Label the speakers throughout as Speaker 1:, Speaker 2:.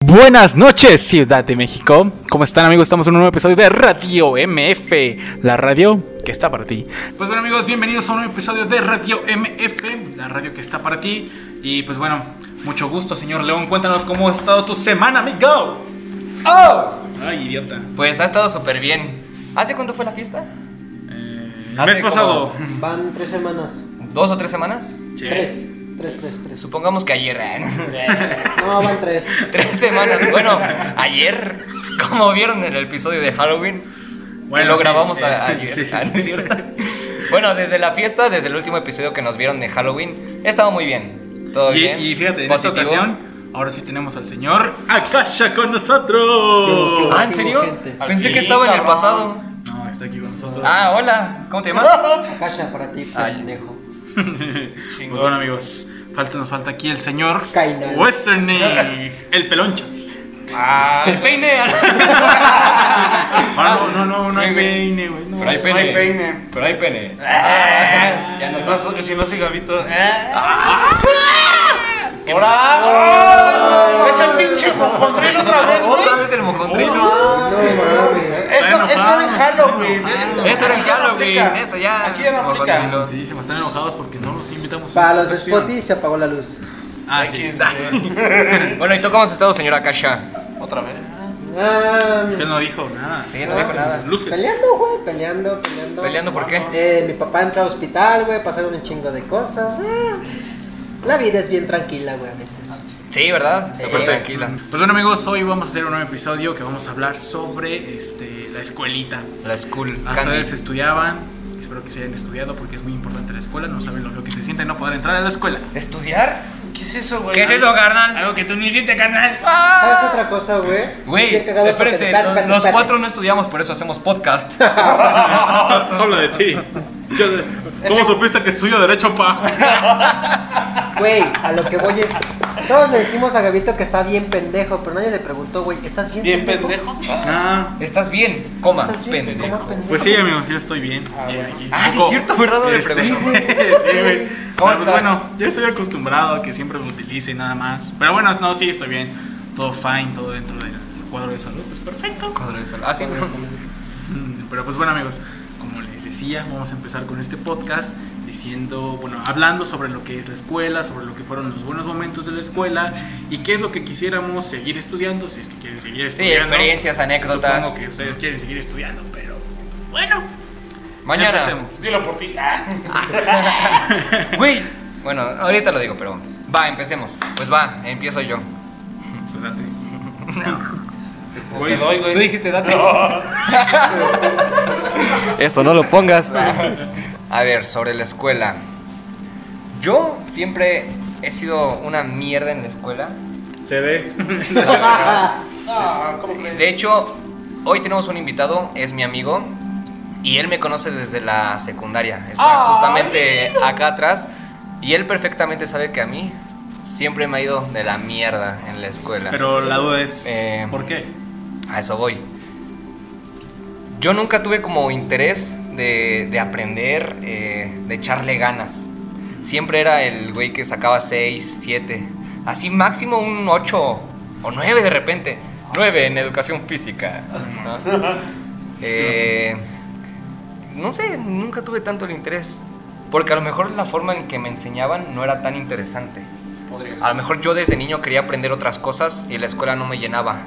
Speaker 1: Buenas noches, Ciudad de México. ¿Cómo están, amigos? Estamos en un nuevo episodio de Radio MF, la radio que está para ti. Pues bueno, amigos, bienvenidos a un nuevo episodio de Radio MF, la radio que está para ti. Y pues bueno, mucho gusto, señor León. Cuéntanos cómo ha estado tu semana, amigo.
Speaker 2: ¡Oh!
Speaker 1: Ay, idiota.
Speaker 2: Pues ha estado súper bien. ¿Hace cuánto fue la fiesta?
Speaker 1: Eh,
Speaker 2: Hace
Speaker 1: mes pasado.
Speaker 3: Van tres semanas.
Speaker 2: ¿Dos o tres semanas?
Speaker 1: Sí.
Speaker 3: Tres. Tres, tres, tres.
Speaker 2: Supongamos que ayer. ¿eh?
Speaker 3: No, van tres.
Speaker 2: tres semanas. Bueno, ayer, como vieron en el episodio de Halloween,
Speaker 1: Bueno,
Speaker 2: que lo
Speaker 1: sí,
Speaker 2: grabamos
Speaker 1: eh,
Speaker 2: a- ayer.
Speaker 1: sí, sí,
Speaker 2: ¿ah, no es
Speaker 1: sí.
Speaker 2: cierto? Bueno, desde la fiesta, desde el último episodio que nos vieron de Halloween, estaba muy bien. Todo
Speaker 1: Y,
Speaker 2: bien.
Speaker 1: y fíjate, en esta
Speaker 2: Positivo.
Speaker 1: ocasión, ahora sí tenemos al señor Akasha con nosotros.
Speaker 2: Ah, ¿en serio?
Speaker 3: Hubo gente.
Speaker 2: Pensé
Speaker 1: Sí,
Speaker 2: que estaba en el
Speaker 1: cabrón.
Speaker 2: pasado.
Speaker 1: No, está aquí con nosotros.
Speaker 2: Ah, hola. ¿Cómo te llamas?
Speaker 3: Akasha para ti,
Speaker 2: Ay.
Speaker 3: pendejo.
Speaker 1: Pues bueno, amigos, falta, nos falta aquí el señor
Speaker 3: Kainal.
Speaker 1: Westerny, el peloncho.
Speaker 2: ah, el peine.
Speaker 1: Ah, no, no, no, no hay
Speaker 2: sí, güey.
Speaker 1: peine, güey. no.
Speaker 4: Pero hay pene.
Speaker 5: No hay peine.
Speaker 4: Pero hay pene.
Speaker 2: Ah, ya
Speaker 5: Si
Speaker 2: nos
Speaker 5: no soy- Si no soy Gabito.
Speaker 2: Ah. ¡Hola!
Speaker 5: ¡Es el pinche cocodrilo Ah. otra vez, güey!
Speaker 2: ¡Otra vez el mojondrino!
Speaker 3: No, mames.
Speaker 5: Eso,
Speaker 1: enojado,
Speaker 5: eso era en
Speaker 1: está
Speaker 5: Halloween.
Speaker 1: enojado.
Speaker 2: Eso era en
Speaker 5: Uh. aquí ya no
Speaker 2: Halloween,
Speaker 5: aplica.
Speaker 2: eso ya.
Speaker 5: Aquí ya no aplica.
Speaker 2: Mojondrilo.
Speaker 1: Sí, se me están enojados porque no los invitamos. a
Speaker 3: Para
Speaker 1: esta
Speaker 3: los de
Speaker 1: ocasión.
Speaker 3: Spotify se apagó la luz.
Speaker 1: Ah, sí.
Speaker 2: X, eh. Bueno, ¿y tú cómo has estado, señora Kasha?
Speaker 5: Otra vez.
Speaker 3: Ah,
Speaker 1: Es que él no dijo nada.
Speaker 2: Sí, no dijo nada.
Speaker 1: Luce.
Speaker 3: peleando, güey, peleando, peleando.
Speaker 2: ¿Peleando por qué?
Speaker 3: Eh, mi papá entra al hospital, güey, pasaron un chingo de cosas. ah. la vida es bien tranquila, güey, a veces.
Speaker 2: Sí, ¿verdad? Súper
Speaker 1: Sí.
Speaker 2: tranquila.
Speaker 1: Pues bueno amigos, hoy vamos a hacer un nuevo episodio que vamos a hablar sobre este, la escuelita.
Speaker 2: La school.
Speaker 1: Ah,
Speaker 2: Candy.
Speaker 1: Ustedes estudiaban, espero que se hayan estudiado porque es muy importante la escuela, no saben lo- lo que se siente no poder entrar a la escuela.
Speaker 2: ¿Estudiar?
Speaker 5: ¿Qué es eso, güey?
Speaker 2: ¿Qué es eso, carnal? Ah.
Speaker 1: Algo que tú ni hiciste, carnal.
Speaker 3: ¿Sabes otra cosa, güey?
Speaker 2: Güey,
Speaker 3: Bien cagado porque-
Speaker 2: espérense,
Speaker 3: espérate,
Speaker 2: los-
Speaker 3: espérate,
Speaker 2: los
Speaker 3: espérate.
Speaker 2: cuatro no estudiamos, por eso hacemos podcast.
Speaker 1: Habla de ti. Yo de- ¿Cómo supiste que estudio derecho, pa?
Speaker 3: Güey, a lo que voy es. Todos le decimos a Gabito que está bien pendejo, pero nadie le preguntó, güey, ¿estás bien,
Speaker 5: Bien pendejo.
Speaker 1: Ah,
Speaker 2: Estás bien, coma,
Speaker 3: ¿Estás bien,
Speaker 2: pendejo.
Speaker 3: ¿Cómo pendejo?
Speaker 1: pues sí, amigos, yo estoy bien.
Speaker 2: Ah, sí, cierto, ¿verdad? No le
Speaker 1: Este, sí,
Speaker 2: pregunto.
Speaker 1: güey.
Speaker 2: ¿Cómo
Speaker 1: Pero, pues,
Speaker 2: estás?
Speaker 1: bueno, yo estoy acostumbrado a que siempre lo utilice y nada más. Pero bueno, no, sí, estoy bien. Todo fine, todo dentro del cuadro de salud, pues perfecto.
Speaker 2: Cuadro de salud. Ah, sí.
Speaker 1: Mm, Pero pues bueno amigos, como les decía, vamos a empezar con este podcast diciendo, bueno, hablando sobre lo que es la escuela, sobre lo que fueron los buenos momentos de la escuela y qué es lo que quisiéramos seguir estudiando, si es que quieren seguir
Speaker 2: Sí,
Speaker 1: estudiando. Pues
Speaker 2: experiencias, anécdotas.
Speaker 1: Supongo que ustedes quieren seguir estudiando, pero bueno,
Speaker 2: Mañana.
Speaker 1: empecemos.
Speaker 5: Dilo por ti. Ah.
Speaker 2: Güey. Bueno, ahorita lo digo, pero va, empecemos. Pues va, empiezo yo.
Speaker 1: Pues date.
Speaker 5: Te doy, güey.
Speaker 2: Tú dijiste date. Eso no lo pongas. A ver, sobre la escuela. Yo siempre he sido una mierda en la escuela.
Speaker 1: Se ve.
Speaker 5: No, ¿cómo crees?
Speaker 2: De hecho, hoy tenemos un invitado, es mi amigo. Y él me conoce desde la secundaria. Está
Speaker 5: ¡Ay,
Speaker 2: justamente acá atrás. Y él perfectamente sabe que a mí siempre me ha ido de la mierda en la escuela.
Speaker 1: Pero la duda es,
Speaker 2: Eh,
Speaker 1: ¿por qué?
Speaker 2: A eso voy. Yo nunca tuve como interés de, de aprender, eh, de echarle ganas. Siempre era el güey que sacaba 6, 7, así máximo un 8 o 9 de repente. 9 en educación física. ¿no? Eh, no sé, nunca tuve tanto el interés. Porque a lo mejor la forma en que me enseñaban no era tan interesante.
Speaker 5: Podría ser.
Speaker 2: A lo mejor yo desde niño quería aprender otras cosas y la escuela no me llenaba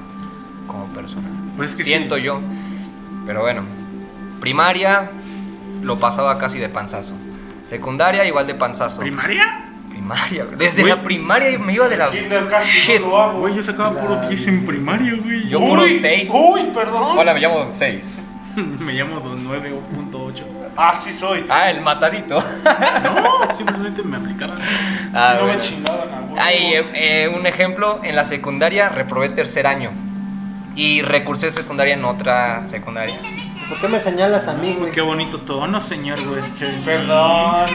Speaker 2: como persona.
Speaker 1: Pues es que
Speaker 2: Siento
Speaker 1: sí.
Speaker 2: yo. Pero bueno, primaria lo pasaba casi de panzazo. Secundaria igual de panzazo.
Speaker 1: ¿Primaria?
Speaker 2: primaria. güey. Desde
Speaker 1: Güey.
Speaker 2: la primaria me iba de la
Speaker 5: Kinder casi
Speaker 2: Shit.
Speaker 5: no lo hago.
Speaker 1: Güey, yo sacaba puro 10 en primaria, güey.
Speaker 2: Yo puro
Speaker 5: Uy,
Speaker 2: seis.
Speaker 5: Uy, perdón.
Speaker 2: Hola, me llamo 6.
Speaker 1: Me llamo 29.8.
Speaker 5: Ah, sí soy. Si
Speaker 2: Ah, el matadito.
Speaker 1: No, simplemente me aplicaba.
Speaker 2: Ah,
Speaker 5: no me
Speaker 2: bueno.
Speaker 5: chingaban a huevo.
Speaker 2: Ay, eh, eh, un ejemplo, en la secundaria reprobé tercer año y recursé secundaria en otra secundaria.
Speaker 3: ¿Por qué me señalas a mí, güey?
Speaker 1: Qué bonito tono, señor Western.
Speaker 5: Perdón.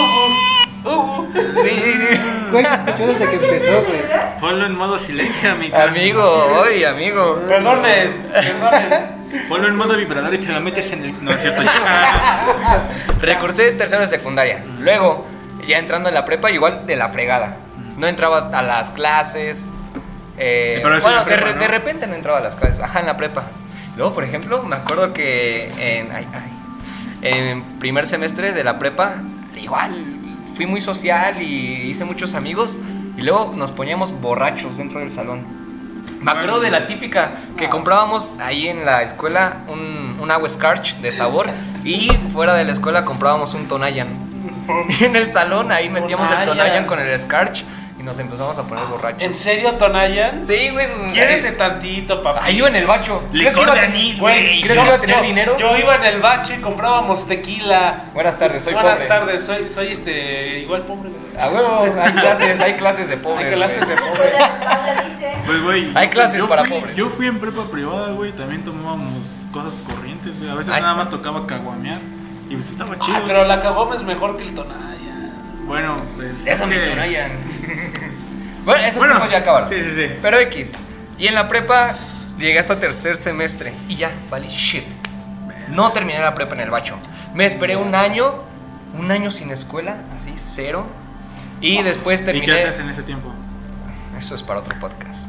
Speaker 5: Ujú, ujú.
Speaker 2: Sí, sí, sí.
Speaker 3: Güey, se escuchó desde que empezó, güey.
Speaker 1: Ponlo en modo silencio, amigo.
Speaker 2: Amigo, oye, amigo.
Speaker 5: Perdonen, perdonen.
Speaker 1: Ponlo en modo vibrador y te lo metes en el. No es cierto. ya.
Speaker 2: Recursé tercero de secundaria. Luego, ya entrando en la prepa, igual de la fregada. No entraba a las clases. Eh,
Speaker 1: Pero eso en
Speaker 2: bueno,
Speaker 1: la
Speaker 2: de,
Speaker 1: prepa,
Speaker 2: re-
Speaker 1: ¿no?
Speaker 2: de repente no entraba a las clases, ajá, en la prepa. Luego, por ejemplo, me acuerdo que en, ay, ay, en primer semestre de la prepa, igual, fui muy social y hice muchos amigos. Y luego nos poníamos borrachos dentro del salón. Me acuerdo de la típica que comprábamos ahí en la escuela un, un agua Scarch de sabor y fuera de la escuela comprábamos un Tonayan. Y en el salón ahí metíamos el
Speaker 5: Tonayan.
Speaker 2: Tonayan con el Scarch y nos empezamos a poner
Speaker 5: ¿En
Speaker 2: borrachos.
Speaker 5: serio, Tonayan?
Speaker 2: Sí, güey. eh,
Speaker 5: Quiérete tantito, papá.
Speaker 2: Ahí iba en el bacho. ¿Crees que
Speaker 1: Licor
Speaker 2: iba
Speaker 1: de
Speaker 2: a-
Speaker 1: anís,
Speaker 5: Güey,
Speaker 1: güey.
Speaker 2: ¿Crees
Speaker 5: yo-
Speaker 2: que iba a tener
Speaker 5: yo-
Speaker 2: dinero?
Speaker 5: Yo iba en el bacho y comprábamos tequila.
Speaker 2: Buenas tardes, soy
Speaker 5: Buenas
Speaker 2: pobre.
Speaker 5: tardes, soy, soy este, igual pobre. güey.
Speaker 2: A huevo, hay clases, hay clases de pobres.
Speaker 5: Hay clases
Speaker 2: güey.
Speaker 5: de pobre.
Speaker 4: Hola, dice.
Speaker 1: Pues, güey.
Speaker 2: Hay
Speaker 1: yo-
Speaker 2: clases
Speaker 1: yo
Speaker 2: para
Speaker 1: fui-
Speaker 2: pobres.
Speaker 1: Yo fui en prepa privada, güey. También tomábamos cosas corrientes, güey. A veces
Speaker 2: Ahí
Speaker 1: nada
Speaker 2: está.
Speaker 1: más tocaba caguamear. Y pues estaba chido.
Speaker 5: Ah, pero la cagoma es mejor que el Tonayan.
Speaker 1: Bueno, pues.
Speaker 2: Esa
Speaker 1: es
Speaker 2: mi
Speaker 1: que-
Speaker 2: Tonayan. Bueno, esos
Speaker 1: Bueno,
Speaker 2: tiempos ya acabaron.
Speaker 1: Sí, sí, sí.
Speaker 2: Pero X. Y en la prepa llegué hasta tercer semestre y ya, vale, shit. No terminé la prepa en el bacho. Me esperé un año, un año sin escuela, así, cero. Y después
Speaker 1: ¿Y qué
Speaker 2: terminé.
Speaker 1: haces en ese tiempo?
Speaker 2: Eso es para otro podcast.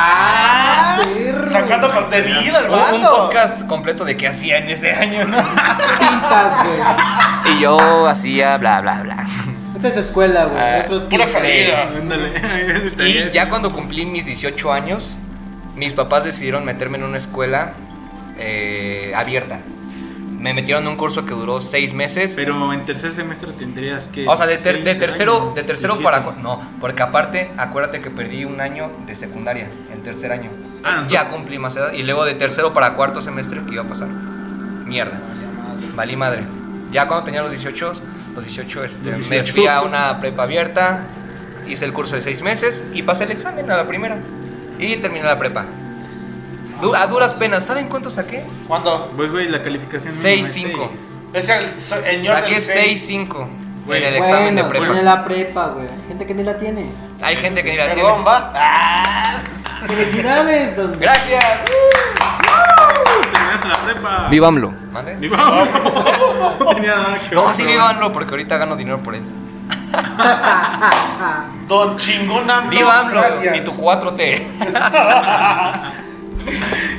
Speaker 3: Ah, perro.
Speaker 5: Sacando contenido, el
Speaker 2: Un- un
Speaker 5: vato.
Speaker 2: podcast completo de qué hacía en ese año, ¿no?
Speaker 3: Pintas, güey.
Speaker 2: Y yo hacía bla, bla, bla.
Speaker 3: Esta es escuela, güey.
Speaker 2: Ah,
Speaker 3: Otro
Speaker 5: Pura
Speaker 3: tipo.
Speaker 5: salida.
Speaker 1: Ándale. Estaría
Speaker 2: Y ya
Speaker 1: así.
Speaker 2: cuando cumplí mis 18 años, mis papás decidieron meterme en una escuela eh, abierta. Me metieron en un curso que duró seis meses.
Speaker 1: Pero en tercer semestre tendrías que.
Speaker 2: o sea, de, ter-
Speaker 1: 16
Speaker 2: de tercero,
Speaker 1: años,
Speaker 2: de tercero
Speaker 1: 17.
Speaker 2: para... cu- No, porque aparte, acuérdate que perdí un año de secundaria, el tercer año.
Speaker 1: Ah, no,
Speaker 2: ya
Speaker 1: entonces-
Speaker 2: cumplí más edad. Y luego de tercero para cuarto semestre, ¿qué iba a pasar? Mierda. Valí madre. Ya cuando tenía los 18, los 18, este,
Speaker 1: Los
Speaker 2: me
Speaker 1: 18.
Speaker 2: fui a una prepa abierta, hice el curso de seis meses y pasé el examen a la primera. Y terminé la prepa. Du- a duras penas, ¿saben cuánto saqué?
Speaker 5: ¿Cuándo?
Speaker 1: Pues, güey, la calificación. mínima es
Speaker 2: 6-5.
Speaker 1: seis.
Speaker 5: Es el señor
Speaker 2: Saqué
Speaker 5: del
Speaker 2: 6-5 en
Speaker 1: Güey,
Speaker 2: el examen de
Speaker 3: Bueno, tiene
Speaker 2: prepa.
Speaker 3: la prepa, güey. Gente que ni la tiene.
Speaker 2: Hay gente que ni la tiene.
Speaker 5: Perdón, va. Ah.
Speaker 3: Felicidades, don.
Speaker 2: Gracias.
Speaker 1: Terminaste la prepa.
Speaker 2: Vivamlo.
Speaker 1: Viva. No tenía nada que
Speaker 2: No,
Speaker 1: ver,
Speaker 2: sí,
Speaker 1: pero-
Speaker 2: vivamlo porque ahorita gano dinero por él.
Speaker 5: Don chingón AMLO.
Speaker 2: Vivamlo
Speaker 5: Gracias.
Speaker 2: y tu 4T.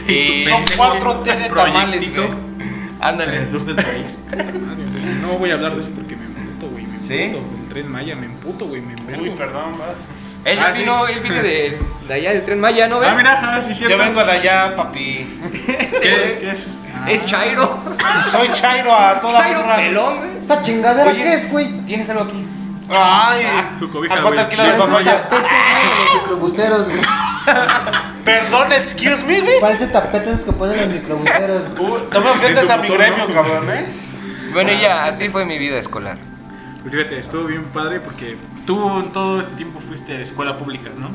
Speaker 2: y
Speaker 5: Son 4 T de tamales,
Speaker 1: Proyectito
Speaker 5: güey.
Speaker 1: en
Speaker 2: Ándale.
Speaker 1: el sur del país. No voy a hablar de eso porque me emputo, güey. Me
Speaker 2: ¿Sí?
Speaker 1: emputo. El tren Maya me emputo, güey. Me emputo.
Speaker 5: Uy, perdón, va.
Speaker 2: Él
Speaker 1: Ah,
Speaker 2: vino, él viene de, de allá del tren Maya, ¿no ves?
Speaker 1: Ah, mira, ah, sí, cierto.
Speaker 5: Yo vengo de allá, papi.
Speaker 2: Este
Speaker 1: ¿Qué,
Speaker 2: güey
Speaker 1: qué es?
Speaker 2: Es Chairo.
Speaker 5: Soy Chairo a toda
Speaker 2: Chairo
Speaker 5: burra.
Speaker 2: pelón, güey.
Speaker 3: ¿Esta chingadera
Speaker 2: Oye.
Speaker 3: qué es, güey?
Speaker 2: ¿Tienes algo aquí?
Speaker 5: Ay,
Speaker 1: Su cobija,
Speaker 5: ¿A cuánto
Speaker 1: güey.
Speaker 5: alquilas
Speaker 3: Parece
Speaker 5: de
Speaker 1: Eso
Speaker 3: tapete,
Speaker 5: papaya?
Speaker 3: güey, de los microbuseros, güey.
Speaker 5: Perdón, excuse me, güey.
Speaker 3: Parece tapetes que ponen los microbuseros. güey.
Speaker 5: Uh, No me
Speaker 1: En
Speaker 5: ofendas
Speaker 1: su
Speaker 5: a mi
Speaker 1: motor,
Speaker 5: gremio,
Speaker 1: ¿no?
Speaker 5: cabrón, eh.
Speaker 2: Bueno, y ya, así fue mi vida escolar.
Speaker 1: Pues fíjate, estuvo bien padre porque tú en todo ese tiempo fuiste a escuela pública, ¿no?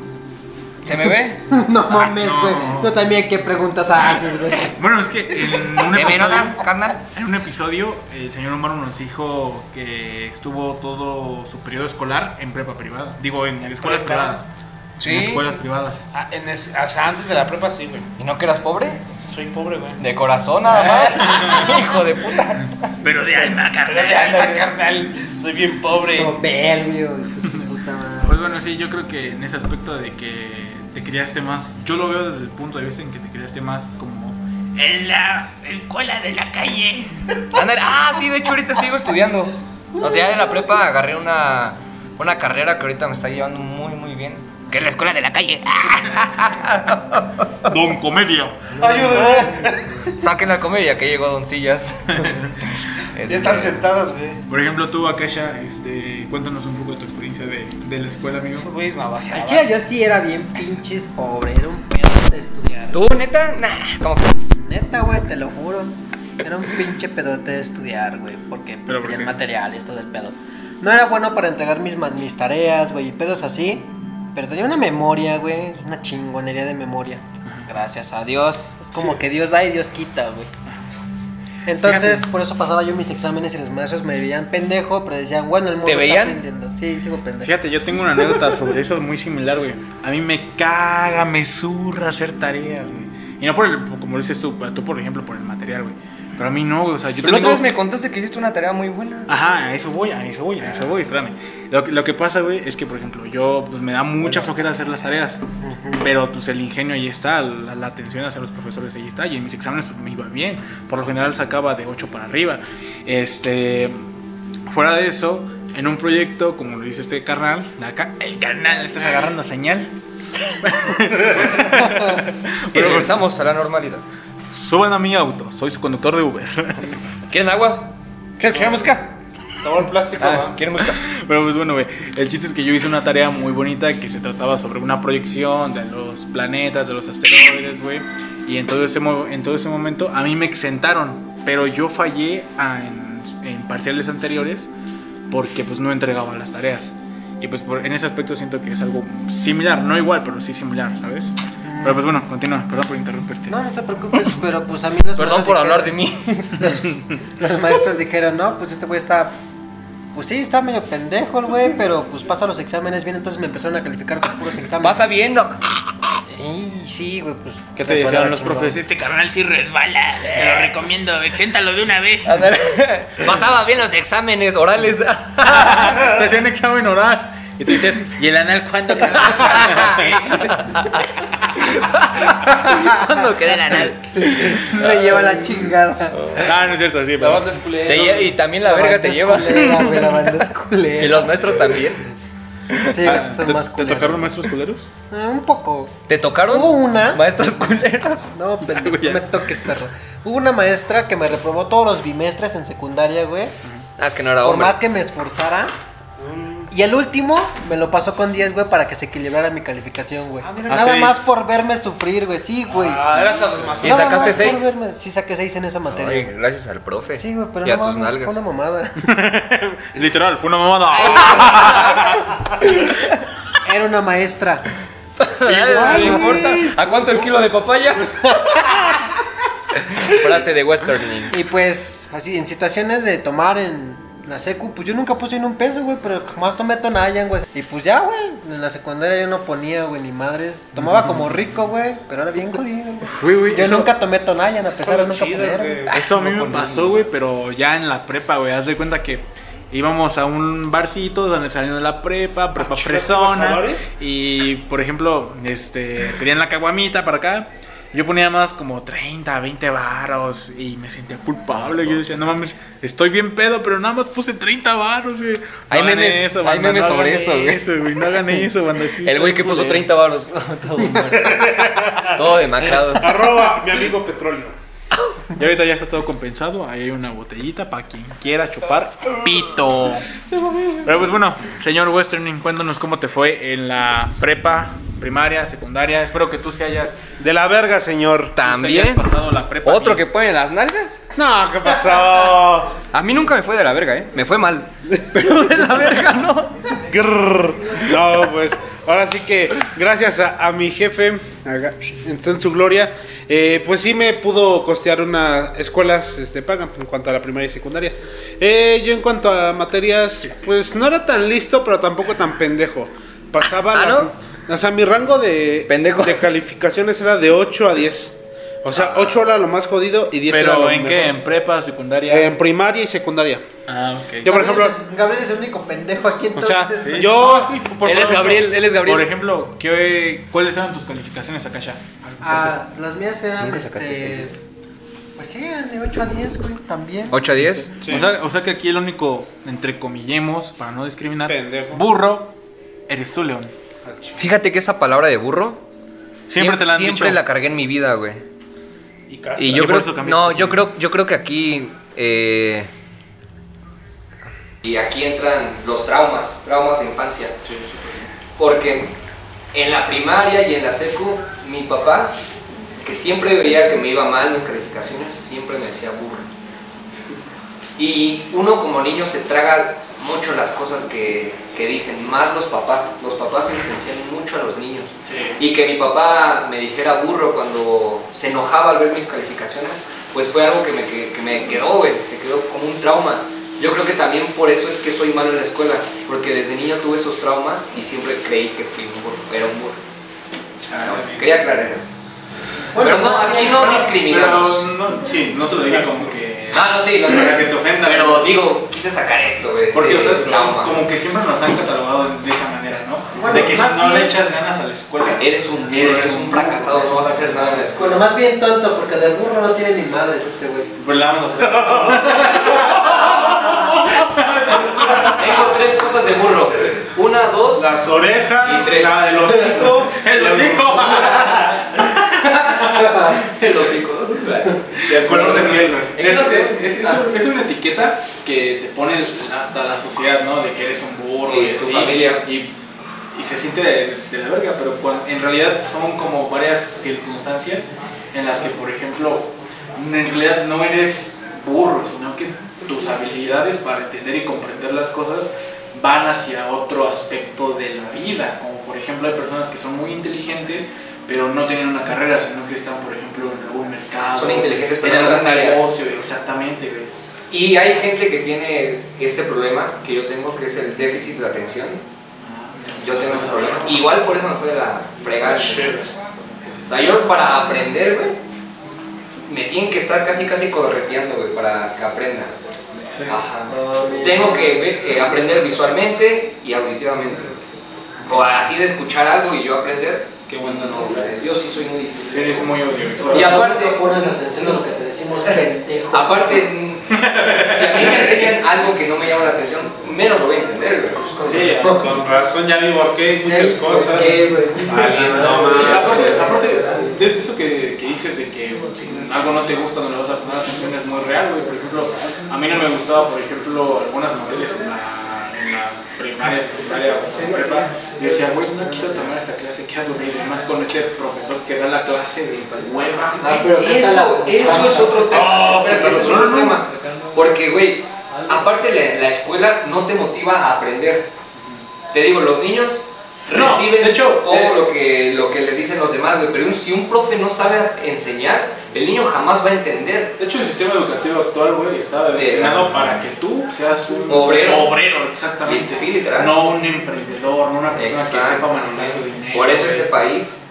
Speaker 2: ¿Se me ve?
Speaker 3: No mames,
Speaker 1: no.
Speaker 3: güey. Tú también qué preguntas haces, güey.
Speaker 1: Bueno, es que en un
Speaker 2: ¿Se me nota,
Speaker 1: episodio,
Speaker 2: carnal?
Speaker 1: en un episodio el señor Omar nos dijo que estuvo todo su periodo escolar en prepa privada. Digo, en, escuelas
Speaker 5: Prepa.
Speaker 1: privadas. En escuelas privadas.
Speaker 5: Ah, en es- o sea, antes de la prepa sí, güey.
Speaker 2: ¿Y no que eras pobre?
Speaker 5: Soy pobre, güey.
Speaker 2: De corazón nada más. Hijo de puta.
Speaker 1: Pero de alma,
Speaker 5: Pero de alma, carnal. Soy bien pobre.
Speaker 3: Soberbio, hijo de su puta madre.
Speaker 1: Pues bueno, sí, yo creo que en ese aspecto de que te criaste más, yo lo veo desde el punto de vista en que te criaste más como en la escuela de la calle.
Speaker 2: Ándale. Ah, sí, de hecho ahorita sigo estudiando. O sea, en la prepa agarré una, una carrera que ahorita me está llevando muy, muy bien. Ah. Que es la escuela de la calle.
Speaker 1: Don Comedia.
Speaker 5: Ayúdame.
Speaker 2: Saquen la comedia que llegó Este, Doncillas.
Speaker 5: Ya están sentadas, güey.
Speaker 1: Por ejemplo, tú, Akasha, este, cuéntanos un poco de tu experiencia de, de la escuela, amigo.
Speaker 5: Esos güeyes navajeaban.
Speaker 3: Al chile yo sí era bien pinches pobre, era un pedo de estudiar.
Speaker 2: ¿Tú, neta? Nah, ¿cómo crees?
Speaker 3: Neta, güey, te lo juro. Era un pinche pedote de estudiar, güey, porque pues,
Speaker 1: ¿Pero por
Speaker 3: querían
Speaker 1: qué?
Speaker 3: materiales, todo el pedo. No era bueno para entregar mis, ma- mis tareas, güey, y pedos así. Pero tenía una memoria, güey, una chingonería de memoria. Gracias a Dios. Es como que Dios da y Dios quita, güey. Entonces,
Speaker 1: Fíjate.
Speaker 3: por eso pasaba yo mis exámenes y los maestros me veían pendejo, pero decían, bueno, el mundo
Speaker 2: ¿Te
Speaker 3: está
Speaker 2: veían?
Speaker 3: aprendiendo. Sí, sigo pendejo.
Speaker 1: Fíjate, yo tengo una anécdota sobre eso muy similar, güey. A mí me caga, me zurra hacer tareas, güey. Y no por el, como lo dices tú, tú por ejemplo, por el material, güey. Pero a mí no, güey. O sea, yo
Speaker 2: Pero la
Speaker 1: tengo-
Speaker 2: otra vez me contaste que hiciste una tarea muy buena.
Speaker 1: Ajá, a eso voy, a eso voy, a eso voy, espérame. Lo, que- lo que pasa, güey, es que, por ejemplo, yo, pues me da mucha flojera hacer las tareas, pero pues el ingenio ahí está, la, la atención hacia los profesores ahí está, y en mis exámenes pues, me iba bien, por lo general sacaba de 8 para arriba. Este, fuera de eso, en un proyecto, como lo dice este carnal, de acá, el carnal, estás agarrando señal.
Speaker 2: Y
Speaker 1: Pero-
Speaker 2: regresamos a la normalidad.
Speaker 1: Suban a mi auto, soy su conductor de Uber.
Speaker 2: ¿Quieren agua? ¿Quieren, quieren música?
Speaker 5: Tomó el plástico,
Speaker 2: Ah,
Speaker 5: ¿va?
Speaker 2: ¿Quieren música?
Speaker 1: Pero pues bueno, güey, el chiste es que yo hice una tarea muy bonita que se trataba sobre una proyección de los planetas, de los asteroides, güey. Y en todo ese, mo- en todo ese momento a mí me exentaron, pero yo fallé a- en, en parciales anteriores porque pues no entregaba las tareas. Y pues por- en ese aspecto siento que es algo similar, no igual, pero sí similar, ¿sabes? Pero pues bueno, continúa, perdón por interrumpirte.
Speaker 3: No, no te preocupes, pero pues a mí los
Speaker 2: Perdón
Speaker 3: maestros
Speaker 2: por hablar de
Speaker 3: dijeron-
Speaker 2: mí.
Speaker 3: Los maestros dijeron, no, pues este güey está. Pues sí, está medio pendejo el güey, pero pues pasa los exámenes bien, entonces me empezaron a calificar por puros exámenes.
Speaker 2: Vas sabiendo.
Speaker 3: Ey, sí, güey, pues.
Speaker 1: ¿Qué te
Speaker 3: resbalaba
Speaker 1: decían los
Speaker 3: chingón.
Speaker 1: profes? Este carnal sí resbala, te lo recomiendo, exéntalo de una vez.
Speaker 2: Pasaba bien los exámenes orales.
Speaker 1: ah, te hacían examen oral. Y tú dices, ¿y el anal cuándo?
Speaker 2: ¿Cuándo queda el anal?
Speaker 3: Me lleva la chingada.
Speaker 1: ah, no es cierto, sí,
Speaker 5: La
Speaker 1: pero.
Speaker 5: banda es culera.
Speaker 2: Te lle- y también la, verga
Speaker 3: banda
Speaker 2: te
Speaker 3: es
Speaker 2: lleva.
Speaker 3: culera, güey, la banda es culera.
Speaker 2: Y los maestros también.
Speaker 3: Sí,
Speaker 1: Ah,
Speaker 3: esos son
Speaker 1: ¿te-
Speaker 3: más
Speaker 1: ¿Te
Speaker 3: culeros.
Speaker 1: tocaron maestros culeros?
Speaker 3: Eh, un poco.
Speaker 2: ¿Te tocaron?
Speaker 3: Hubo una.
Speaker 2: Maestros culeros.
Speaker 3: No, pendejo,
Speaker 1: güey, ya.
Speaker 3: no me toques, perro. Hubo una maestra que me reprobó todos los bimestres en secundaria, güey.
Speaker 2: Ah, es que no era
Speaker 3: Por
Speaker 2: hombre.
Speaker 3: más que me esforzara.
Speaker 1: Mm.
Speaker 3: Y el último me lo pasó con 10, güey, para que se equilibrara mi calificación, güey.
Speaker 1: Ah, mira,
Speaker 3: Nada
Speaker 2: Ah,
Speaker 1: seis.
Speaker 3: más por verme sufrir, güey. Sí, güey.
Speaker 5: Ah, eras además.
Speaker 2: ¿Y
Speaker 3: Nada
Speaker 2: sacaste
Speaker 3: más por
Speaker 2: seis?
Speaker 3: verme- Sí, saqué 6 en esa materia.
Speaker 2: Ay,
Speaker 3: güey.
Speaker 2: gracias al profe.
Speaker 3: Sí, güey, pero
Speaker 2: Y a
Speaker 3: no
Speaker 2: tus
Speaker 3: mames, fue una
Speaker 2: nalgas.
Speaker 3: mamada.
Speaker 1: Literal, fue una mamada. Ah,
Speaker 3: Era una maestra.
Speaker 2: Igual, no importa. ¿A cuánto el kilo de papaya? Frase de Westerning.
Speaker 3: Y pues, así, en situaciones de tomar en la secu, pues yo nunca puse ni un peso, güey, pero jamás tomé tonayan, güey. Y pues ya, güey, en la secundaria yo no ponía, güey, ni madres. Tomaba como rico, güey, pero era bien jodido, güey.
Speaker 1: Güey, güey,
Speaker 3: Yo
Speaker 1: eso-
Speaker 3: nunca tomé tonayan, a pesar de
Speaker 5: Son
Speaker 3: nunca
Speaker 5: chidas,
Speaker 3: poner,
Speaker 5: güey.
Speaker 3: güey.
Speaker 1: Eso a mí
Speaker 5: No
Speaker 1: me
Speaker 5: con
Speaker 1: pasó, güey, pero ya en la prepa, güey. Haz de cuenta que íbamos a un barcito donde salían de la prepa, prepa
Speaker 5: chica, ¿con
Speaker 1: fresona.
Speaker 5: sabores?
Speaker 1: Y, por ejemplo, este, pedían la caguamita para acá. Yo ponía más como 30, 20 varos y me sentía culpable. Yo decía, no mames, estoy bien pedo, pero nada más puse 30 varos, güey. No
Speaker 2: Hay
Speaker 1: hagan
Speaker 2: memes- hay
Speaker 1: banda,
Speaker 2: memes
Speaker 1: no
Speaker 2: sobre
Speaker 1: hagan
Speaker 2: eso, güey.
Speaker 1: güey. No hagan eso, banda. sí,
Speaker 2: El güey que
Speaker 1: está
Speaker 2: puso
Speaker 1: culero.
Speaker 2: 30 baros. Todo, muerto. Todo demacrado.
Speaker 5: Arroba mi amigo petróleo.
Speaker 1: Y ahorita ya está todo compensado. Ahí hay una botellita para quien quiera chupar pito. Pero pues bueno, señor Western, cuéntanos cómo te fue en la prepa, primaria, secundaria. Espero que tú se hayas,
Speaker 5: De la verga, señor.
Speaker 1: se
Speaker 2: También.
Speaker 1: hayas pasado la prepa.
Speaker 2: Otro que
Speaker 1: bien.
Speaker 2: pone las nalgas.
Speaker 5: No, ¿qué pasó?
Speaker 2: A mí nunca me fue de la verga, ¿eh? Me fue mal. Pero de la verga no.
Speaker 5: Grrr. No, pues ahora sí que gracias a, a mi jefe, haga- está en su gloria, eh, pues sí me pudo costear unas escuelas este, pagan en cuanto a la primaria y secundaria. Eh, yo en cuanto a materias, pues no era tan listo, pero tampoco tan pendejo. Pasaba...
Speaker 2: ¿Ah,
Speaker 5: las-
Speaker 2: no?
Speaker 5: O sea, mi rango de,
Speaker 2: Pendejo. Ah.
Speaker 5: de calificaciones era de 8 a 10. O sea, 8 era lo más jodido y 10 era lo
Speaker 1: Pero en
Speaker 5: mejor.
Speaker 1: qué? En prepa, secundaria.
Speaker 2: Eh,
Speaker 5: En primaria y secundaria.
Speaker 1: Ah, ok.
Speaker 5: Yo, por
Speaker 3: Gabriel es-
Speaker 5: ejemplo-
Speaker 3: Gabriel es el único pendejo aquí
Speaker 5: O
Speaker 3: entonces.
Speaker 5: sea,
Speaker 3: güey.
Speaker 5: yo...
Speaker 2: Él es Gabriel, él es Gabriel.
Speaker 1: Por ejemplo, ¿qué, ¿cuáles eran tus calificaciones acá ya?
Speaker 3: Ah, las mías eran,
Speaker 2: Nunca sacaste
Speaker 3: este...
Speaker 2: seis.
Speaker 3: Pues sí, eran de 8 a 10, güey, también.
Speaker 2: 8 a 10.
Speaker 1: O, sea, o sea que aquí el único, entre comillemos, para no discriminar,
Speaker 5: Pendejo.
Speaker 1: burro, eres tú, León.
Speaker 2: Fíjate que esa palabra de burro.
Speaker 1: Siempre te la han
Speaker 2: siempre
Speaker 1: dicho.
Speaker 2: la cargué en mi vida, güey.
Speaker 5: Y casa.
Speaker 2: Y
Speaker 1: Y
Speaker 2: yo
Speaker 1: por
Speaker 2: creo.
Speaker 1: eso cambiaste
Speaker 2: No,
Speaker 1: tu
Speaker 2: yo
Speaker 1: nombre.
Speaker 2: creo, yo creo que aquí. eh, Y aquí entran los traumas, traumas de infancia. Porque en la primaria y en la secu, mi papá, que siempre veía que me iba mal mis calificaciones, siempre me decía burro. Y uno como niño se traga mucho las cosas que, que dicen, más los papás. Los papás influencian mucho a los niños. Y que mi papá me dijera burro cuando se enojaba al ver mis calificaciones, pues fue algo que me, que- que me quedó, güey, se quedó como un trauma. Yo creo que también por eso es que soy malo en la escuela, porque desde niño tuve esos traumas y siempre creí que fui un burro, era un burro. No, quería aclarar eso.
Speaker 3: Bueno,
Speaker 2: Pero no,
Speaker 3: más
Speaker 2: aquí
Speaker 3: bien,
Speaker 2: no discriminamos.
Speaker 1: no, sí, no te lo diría como que
Speaker 2: Ah, No, no, sí, no sé.
Speaker 1: Para que te ofenda.
Speaker 2: Pero digo, quise sacar esto, güey.
Speaker 1: Porque, o
Speaker 2: este,
Speaker 1: sea,
Speaker 2: trauma.
Speaker 1: como que siempre nos han catalogado de esa manera, ¿no?
Speaker 3: Bueno,
Speaker 1: de que si
Speaker 3: más
Speaker 1: no
Speaker 3: bien-
Speaker 1: le echas ganas a la escuela,
Speaker 2: Eres un burro, eres un fracasado, no vas a hacer nada en la escuela.
Speaker 3: Bueno, más bien tonto, porque de burro no tiene ni madres este güey.
Speaker 1: Pues la vamos a hacer.
Speaker 2: Tengo tres cosas de burro. Una, dos.
Speaker 5: Las orejas,
Speaker 2: Y tres.
Speaker 5: la del hocico.
Speaker 1: ¡El hocico!
Speaker 2: Los cinco.
Speaker 1: Y el color de piel. Es,
Speaker 2: Exacto.
Speaker 1: es, ah. es, un- es una etiqueta que te pone hasta la sociedad, ¿no? De que eres un burro
Speaker 2: Y
Speaker 1: y,
Speaker 2: tu
Speaker 1: así.
Speaker 2: familia.
Speaker 1: Y, y se siente de, de la verga, pero cuan- en realidad son como varias circunstancias en las que, por ejemplo, en realidad no eres burro, sino que tus habilidades para entender y comprender las cosas van hacia otro aspecto de la vida, como por ejemplo hay personas que son muy inteligentes pero no tienen una carrera, sino que están por ejemplo en algún mercado.
Speaker 2: Son inteligentes, pero
Speaker 1: en
Speaker 2: en otras
Speaker 1: algún
Speaker 2: áreas.
Speaker 1: negocio, exactamente, güey.
Speaker 2: Y hay gente que tiene este problema que yo tengo, que es el déficit de atención. Yo tengo este problema. Igual por eso me fue de la fregada. O sea, yo para aprender, güey, me tienen que estar casi, casi correteando, güey, para que aprenda. Ajá. Tengo que güey, eh, aprender visualmente y auditivamente. O así de escuchar algo y yo aprender.
Speaker 1: Qué bueno,
Speaker 2: No, güey, yo sí soy muy difícil.
Speaker 1: Eres muy audiovisual.
Speaker 2: Y aparte-
Speaker 3: No pones atención a lo que te decimos, pendejo.
Speaker 2: Aparte, mm, si a mí me enseñan algo que no me llama la atención, menos lo voy a entender, güey. Pues, con
Speaker 1: Sí,
Speaker 2: razón.
Speaker 5: Con razón, ya vi por qué hay muchas
Speaker 3: Ey,
Speaker 5: cosas.
Speaker 3: ey, güey.
Speaker 5: Vale, no
Speaker 1: Sí, aparte,
Speaker 5: mames.
Speaker 1: aparte de eso que, que dices de que bueno, si algo no te gusta, no le vas a poner atención, es muy real, güey. Por ejemplo, a mí no me gustaba, por ejemplo, algunas materias en la, en la primaria, secundaria o prepa. Yo decía, güey, no quiero tomar esta clase, qué aburrido. Y más con este profesor que da la clase de hueva.
Speaker 3: Ah, pero ¿qué tal
Speaker 2: Eso,
Speaker 3: la-
Speaker 2: eso es otro tema.
Speaker 1: Ah,
Speaker 2: Espérate,
Speaker 1: pero
Speaker 2: eso es
Speaker 1: no,
Speaker 2: otro
Speaker 1: no.
Speaker 2: tema. Porque, güey, aparte la, la escuela no te motiva a aprender. Te digo, los niños
Speaker 1: No,
Speaker 2: reciben
Speaker 1: de hecho,
Speaker 2: todo
Speaker 1: eh,
Speaker 2: lo, que, lo que les dicen los demás, güey. Pero un- si un profe no sabe enseñar, el niño jamás va a entender.
Speaker 1: De hecho, el sistema educativo actual, güey, está destinado para que tú seas un
Speaker 2: Obrero.
Speaker 1: obrero, exactamente.
Speaker 2: Sí, literal.
Speaker 1: No un emprendedor, no una persona que sepa
Speaker 2: Exacto.
Speaker 1: manejar su dinero.
Speaker 2: Por eso
Speaker 1: güey.
Speaker 2: este país.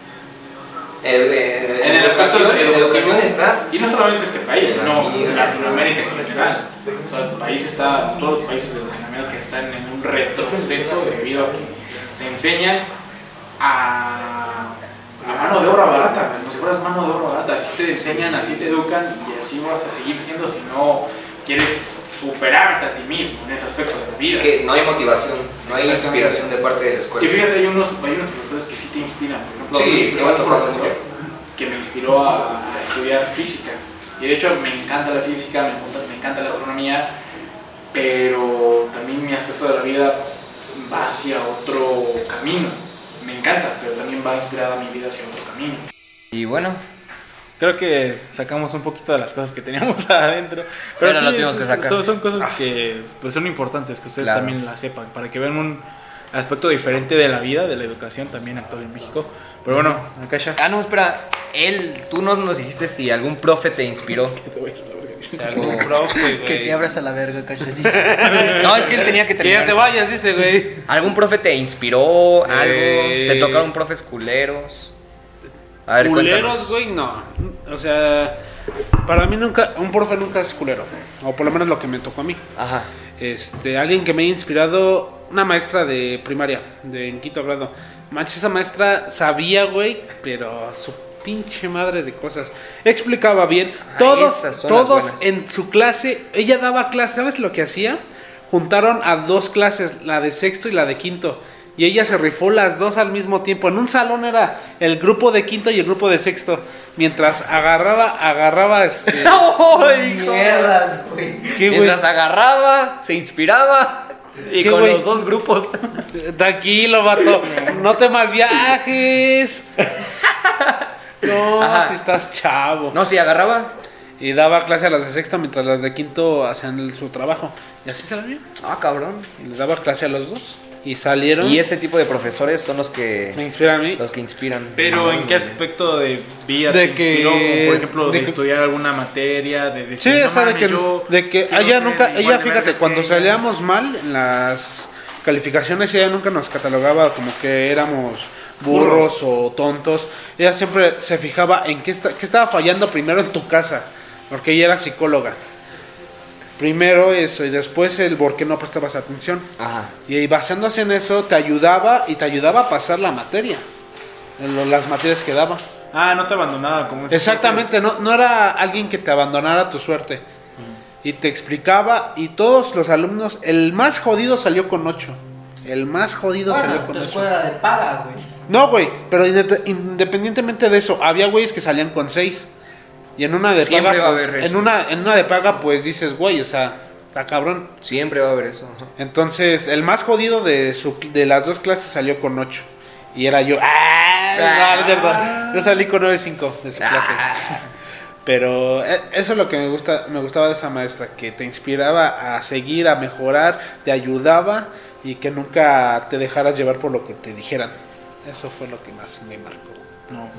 Speaker 2: el- el-
Speaker 1: En el aspecto
Speaker 2: educación,
Speaker 1: de
Speaker 2: en educación
Speaker 1: educación.
Speaker 2: está.
Speaker 1: Y no solamente este país,
Speaker 2: La
Speaker 1: sino
Speaker 2: mierda.
Speaker 1: Latinoamérica en general. O sea, el país está, todos los países de Latinoamérica están en un retroceso debido a que te enseñan a, a mano de obra barata, güey, como si fueras mano de obra barata. Así te enseñan, así te educan y así vas a seguir siendo si no quieres superarte a ti mismo en ese aspecto de la vida.
Speaker 2: Es que no hay motivación, no hay
Speaker 1: Exactamente.
Speaker 2: inspiración de parte de la
Speaker 1: Y
Speaker 2: escuela.
Speaker 1: fíjate, hay unos, hay unos profesores que sí te inspiran. Por ejemplo,
Speaker 2: Sí,
Speaker 1: me
Speaker 2: sí,
Speaker 1: inspiró
Speaker 2: me
Speaker 1: un
Speaker 2: tocó
Speaker 1: profesor
Speaker 2: eso.
Speaker 1: que me inspiró a, a estudiar física. Y de hecho, me encanta la física, me encanta, me encanta la astronomía, pero también mi aspecto de la vida va hacia otro camino. Me encanta, pero también va inspirada mi vida hacia otro camino.
Speaker 2: Y bueno,
Speaker 6: Creo que sacamos un poquito de las cosas que teníamos adentro. Pero
Speaker 2: Bueno,
Speaker 6: sí,
Speaker 2: lo tuvimos
Speaker 6: es-
Speaker 2: que sacar.
Speaker 6: Son, son cosas que pues, son importantes que ustedes
Speaker 2: Claro.
Speaker 6: también las sepan, para que vean un aspecto diferente de la vida, de la educación también actual en México. Pero bueno, Akasha.
Speaker 2: Ah, no, espera. Él, tú no nos dijiste si algún profe te inspiró.
Speaker 7: Algún profe,
Speaker 3: Que te
Speaker 7: güey.
Speaker 3: abras a la verga, cachadito.
Speaker 2: No, es que él tenía que
Speaker 7: Que ya
Speaker 2: terminar.
Speaker 7: te
Speaker 2: eso.
Speaker 7: vayas, dice, güey.
Speaker 2: ¿Algún profe te inspiró? ¿Algo?
Speaker 7: Eh.
Speaker 2: ¿Te tocaron profes culeros? A ver,
Speaker 5: Culeros,
Speaker 2: cuéntanos.
Speaker 5: güey, no. O sea, para mí nunca, un profe nunca es culero. O por lo menos lo que me tocó a mí.
Speaker 2: Ajá.
Speaker 5: Este, alguien que me ha inspirado, una maestra de primaria, de en quinto grado. Manches, esa maestra sabía, güey, pero su pinche madre de cosas. Explicaba bien.
Speaker 2: Ah,
Speaker 5: Todos,
Speaker 2: esas son las
Speaker 5: todos
Speaker 2: buenas.
Speaker 5: en su clase, ella daba clase, ¿sabes lo que hacía? Juntaron a dos clases, la de sexto y la de quinto. Y ella se rifó las dos al mismo tiempo. En un salón era el grupo de quinto y el grupo de sexto. Mientras agarraba, agarraba este.
Speaker 3: Mierdas, güey.
Speaker 5: ¿qué, güey?
Speaker 2: Mientras agarraba, se inspiraba. Y
Speaker 5: ¿Qué,
Speaker 2: con
Speaker 5: güey?
Speaker 2: los dos grupos.
Speaker 5: Tranquilo, vato. No te malviajes. No,
Speaker 2: Ajá.
Speaker 5: si estás chavo.
Speaker 2: No, si agarraba.
Speaker 5: Y daba clase a las de sexto mientras las de quinto hacían el- su trabajo. Y así se la vio.
Speaker 2: Ah, cabrón.
Speaker 5: Y les daba clase a los dos. Y salieron.
Speaker 2: Y ese tipo de profesores son los que.
Speaker 5: Me inspira a mí.
Speaker 2: Los que inspiran.
Speaker 6: Pero en qué aspecto de vida
Speaker 5: De
Speaker 6: te
Speaker 5: que-
Speaker 6: inspiró, Como, por ejemplo, de,
Speaker 5: de que-
Speaker 6: estudiar alguna materia, de decir,
Speaker 5: Sí, o
Speaker 6: "No
Speaker 5: sea, de
Speaker 6: mames,
Speaker 5: que,
Speaker 6: yo
Speaker 5: de que
Speaker 6: quiero
Speaker 5: ella
Speaker 6: ser
Speaker 5: nunca,
Speaker 6: igual
Speaker 5: ella
Speaker 6: de
Speaker 5: fíjate,
Speaker 6: vergas
Speaker 5: cuando
Speaker 6: que ella".
Speaker 5: salíamos mal en las calificaciones, ella nunca nos catalogaba como que éramos burros o tontos. Ella siempre se fijaba en qué, esta- qué estaba fallando primero en tu casa, porque ella era psicóloga. Primero eso y después el por qué no prestabas atención.
Speaker 2: Ajá.
Speaker 5: Y ahí basándose en eso te ayudaba y te ayudaba a pasar la materia, en lo- las materias que daba.
Speaker 8: Ah, no te abandonaba como esos
Speaker 5: Exactamente,
Speaker 8: jefes.
Speaker 5: no, no era alguien que te abandonara a tu suerte.
Speaker 8: Mm.
Speaker 5: Y te explicaba y todos los alumnos, el más jodido salió con 8. El más jodido salió
Speaker 3: Bueno,
Speaker 5: con
Speaker 3: tu
Speaker 5: 8.
Speaker 3: escuela era de paga, güey.
Speaker 5: No, güey, pero inde- independientemente de eso, había güeyes que salían con 6. Y en una de
Speaker 2: Siempre
Speaker 5: paga,
Speaker 2: va a haber
Speaker 5: pues,
Speaker 2: eso.
Speaker 5: en una en una de paga pues dices, güey, o sea, está cabrón.
Speaker 2: Siempre va a haber eso. ajá.
Speaker 5: Entonces, el más jodido de, su, de las dos clases salió con 8. Y era yo. ¡Ah! No, es verdad. Yo salí con 9.5 de su clase. Pero eh, eso es lo que me, gusta, me gustaba de esa maestra, que te inspiraba a seguir, a mejorar, te ayudaba y que nunca te dejaras llevar por lo que te dijeran. Eso fue lo que más me marcó.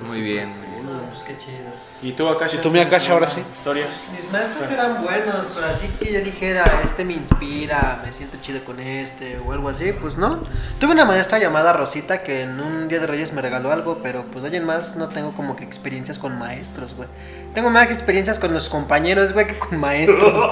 Speaker 2: Muy bien. muy bien.
Speaker 3: No, pues qué chido.
Speaker 8: ¿Y tú, Akashi?
Speaker 5: ¿Y tú, mi Akashi, ahora sí?
Speaker 8: Historia.
Speaker 3: Mis maestros eran buenos, pero así que yo dijera, este me inspira, me siento chido con este o algo así, pues no. Tuve una maestra llamada Rosita que en un día de Reyes me regaló algo, pero pues de ahí en más no tengo como que experiencias con maestros, güey. Tengo más experiencias con los compañeros, güey, que con maestros,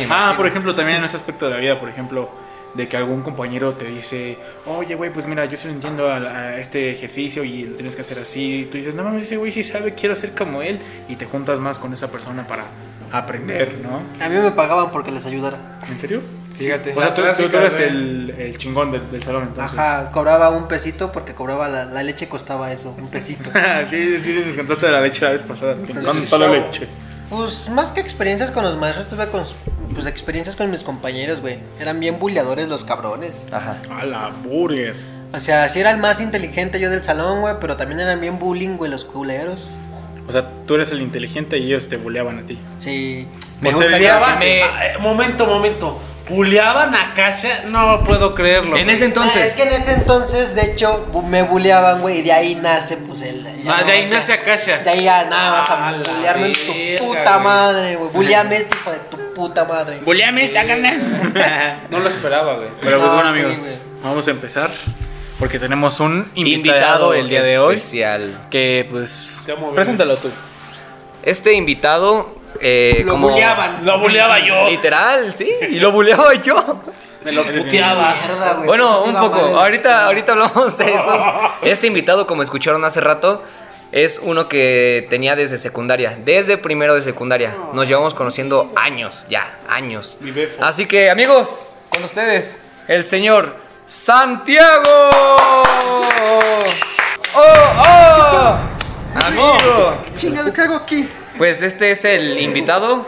Speaker 2: Me
Speaker 1: Ah,
Speaker 2: imagino.
Speaker 1: por ejemplo, también en ese aspecto de la vida, por ejemplo, de que algún compañero te dice, oye, güey, pues mira, yo sí lo entiendo a, a este ejercicio y lo tienes que hacer así. Y tú dices, no mames, ese güey sí sabe, quiero ser como él. Y te juntas más con esa persona para aprender, ¿no?
Speaker 3: A mí me pagaban porque les ayudara.
Speaker 1: ¿En serio?
Speaker 2: Fíjate.
Speaker 1: O sea, tú,
Speaker 8: La
Speaker 1: tú- tú
Speaker 8: clásica,
Speaker 1: eres
Speaker 8: güey.
Speaker 1: el, el chingón del, del salón, entonces.
Speaker 3: Ajá, cobraba un pesito porque cobraba la, la leche costaba eso, un pesito.
Speaker 1: sí, sí, nos contaste de la leche la vez pasada.
Speaker 3: Entonces,
Speaker 1: ¿Cuánta la leche?
Speaker 3: Pues más que experiencias con los maestros, tuve con- pues, experiencias con mis compañeros, güey. Eran bien bulleadores los cabrones.
Speaker 2: Ajá.
Speaker 1: A la burger.
Speaker 3: O sea, sí era el más inteligente yo del salón, güey, pero también eran bien bullying, güey, los culeros.
Speaker 1: O sea, tú eres el inteligente y ellos te buleaban a ti.
Speaker 3: Sí.
Speaker 2: Me
Speaker 8: Por ser
Speaker 2: gustaría.
Speaker 8: diabante.
Speaker 2: me-
Speaker 8: Ah, eh, momento, momento. ¿Puleaban a Akashi? No puedo creerlo.
Speaker 2: En ese
Speaker 3: Ah, es
Speaker 2: entonces.
Speaker 3: que en ese entonces, de hecho, bu- me bulleaban, güey, y de ahí nace, pues, el... ya
Speaker 8: Ah,
Speaker 3: no
Speaker 8: de ahí
Speaker 3: más,
Speaker 8: nace
Speaker 3: ya-
Speaker 8: Akashi.
Speaker 3: De ahí ya nada más
Speaker 8: Ah,
Speaker 3: a
Speaker 8: la
Speaker 3: bullearme en tu
Speaker 8: verga,
Speaker 3: puta
Speaker 8: güey.
Speaker 3: madre, güey. Bulleame este hijo de tu puta madre.
Speaker 1: ¡Buleame esta carnal!
Speaker 8: No lo esperaba, güey.
Speaker 1: Pero pues
Speaker 3: No,
Speaker 5: Ah,
Speaker 1: bueno
Speaker 3: sí,
Speaker 1: amigos,
Speaker 3: güey.
Speaker 1: vamos a empezar porque tenemos un invitado, el día de hoy
Speaker 2: Especial.
Speaker 1: que pues
Speaker 8: Te amo,
Speaker 1: preséntalo tú.
Speaker 2: Este invitado. eh,
Speaker 3: Lo
Speaker 2: como-
Speaker 3: bulleaban.
Speaker 8: Lo buleaba yo.
Speaker 2: Literal, sí. Y lo buleaba yo.
Speaker 8: Me lo puteaba.
Speaker 3: Mierda, güey.
Speaker 2: Bueno,
Speaker 3: Eso te
Speaker 2: un
Speaker 3: iba
Speaker 2: poco.
Speaker 3: mal en la
Speaker 2: Ahorita,
Speaker 3: escuela.
Speaker 2: ahorita hablamos de eso. Este invitado, como escucharon hace rato, es uno que tenía desde secundaria, desde primero de secundaria. Nos llevamos conociendo años, ya, años.
Speaker 8: Mi befo.
Speaker 2: Así que, amigos, con ustedes, el señor Santiago. ¡Oh, oh! Amigo.
Speaker 3: ¿Qué chingado que hago aquí?
Speaker 2: Pues este es el invitado,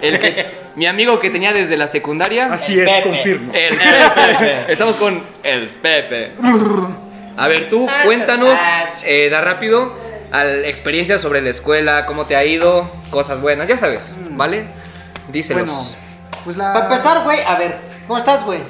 Speaker 2: el que, mi amigo que tenía desde la
Speaker 3: Ah,
Speaker 2: secundaria.
Speaker 9: Así es,
Speaker 1: Eh,
Speaker 9: confirmo.
Speaker 2: El Pepe. Estamos con el Pepe. A ver, tú cuéntanos eh, da rápido al experiencia sobre la escuela, cómo te ha ido, cosas buenas, ya sabes, ¿vale? Díselos.
Speaker 9: Bueno, pues la.
Speaker 3: Para empezar, güey, a ver, ¿cómo estás, güey?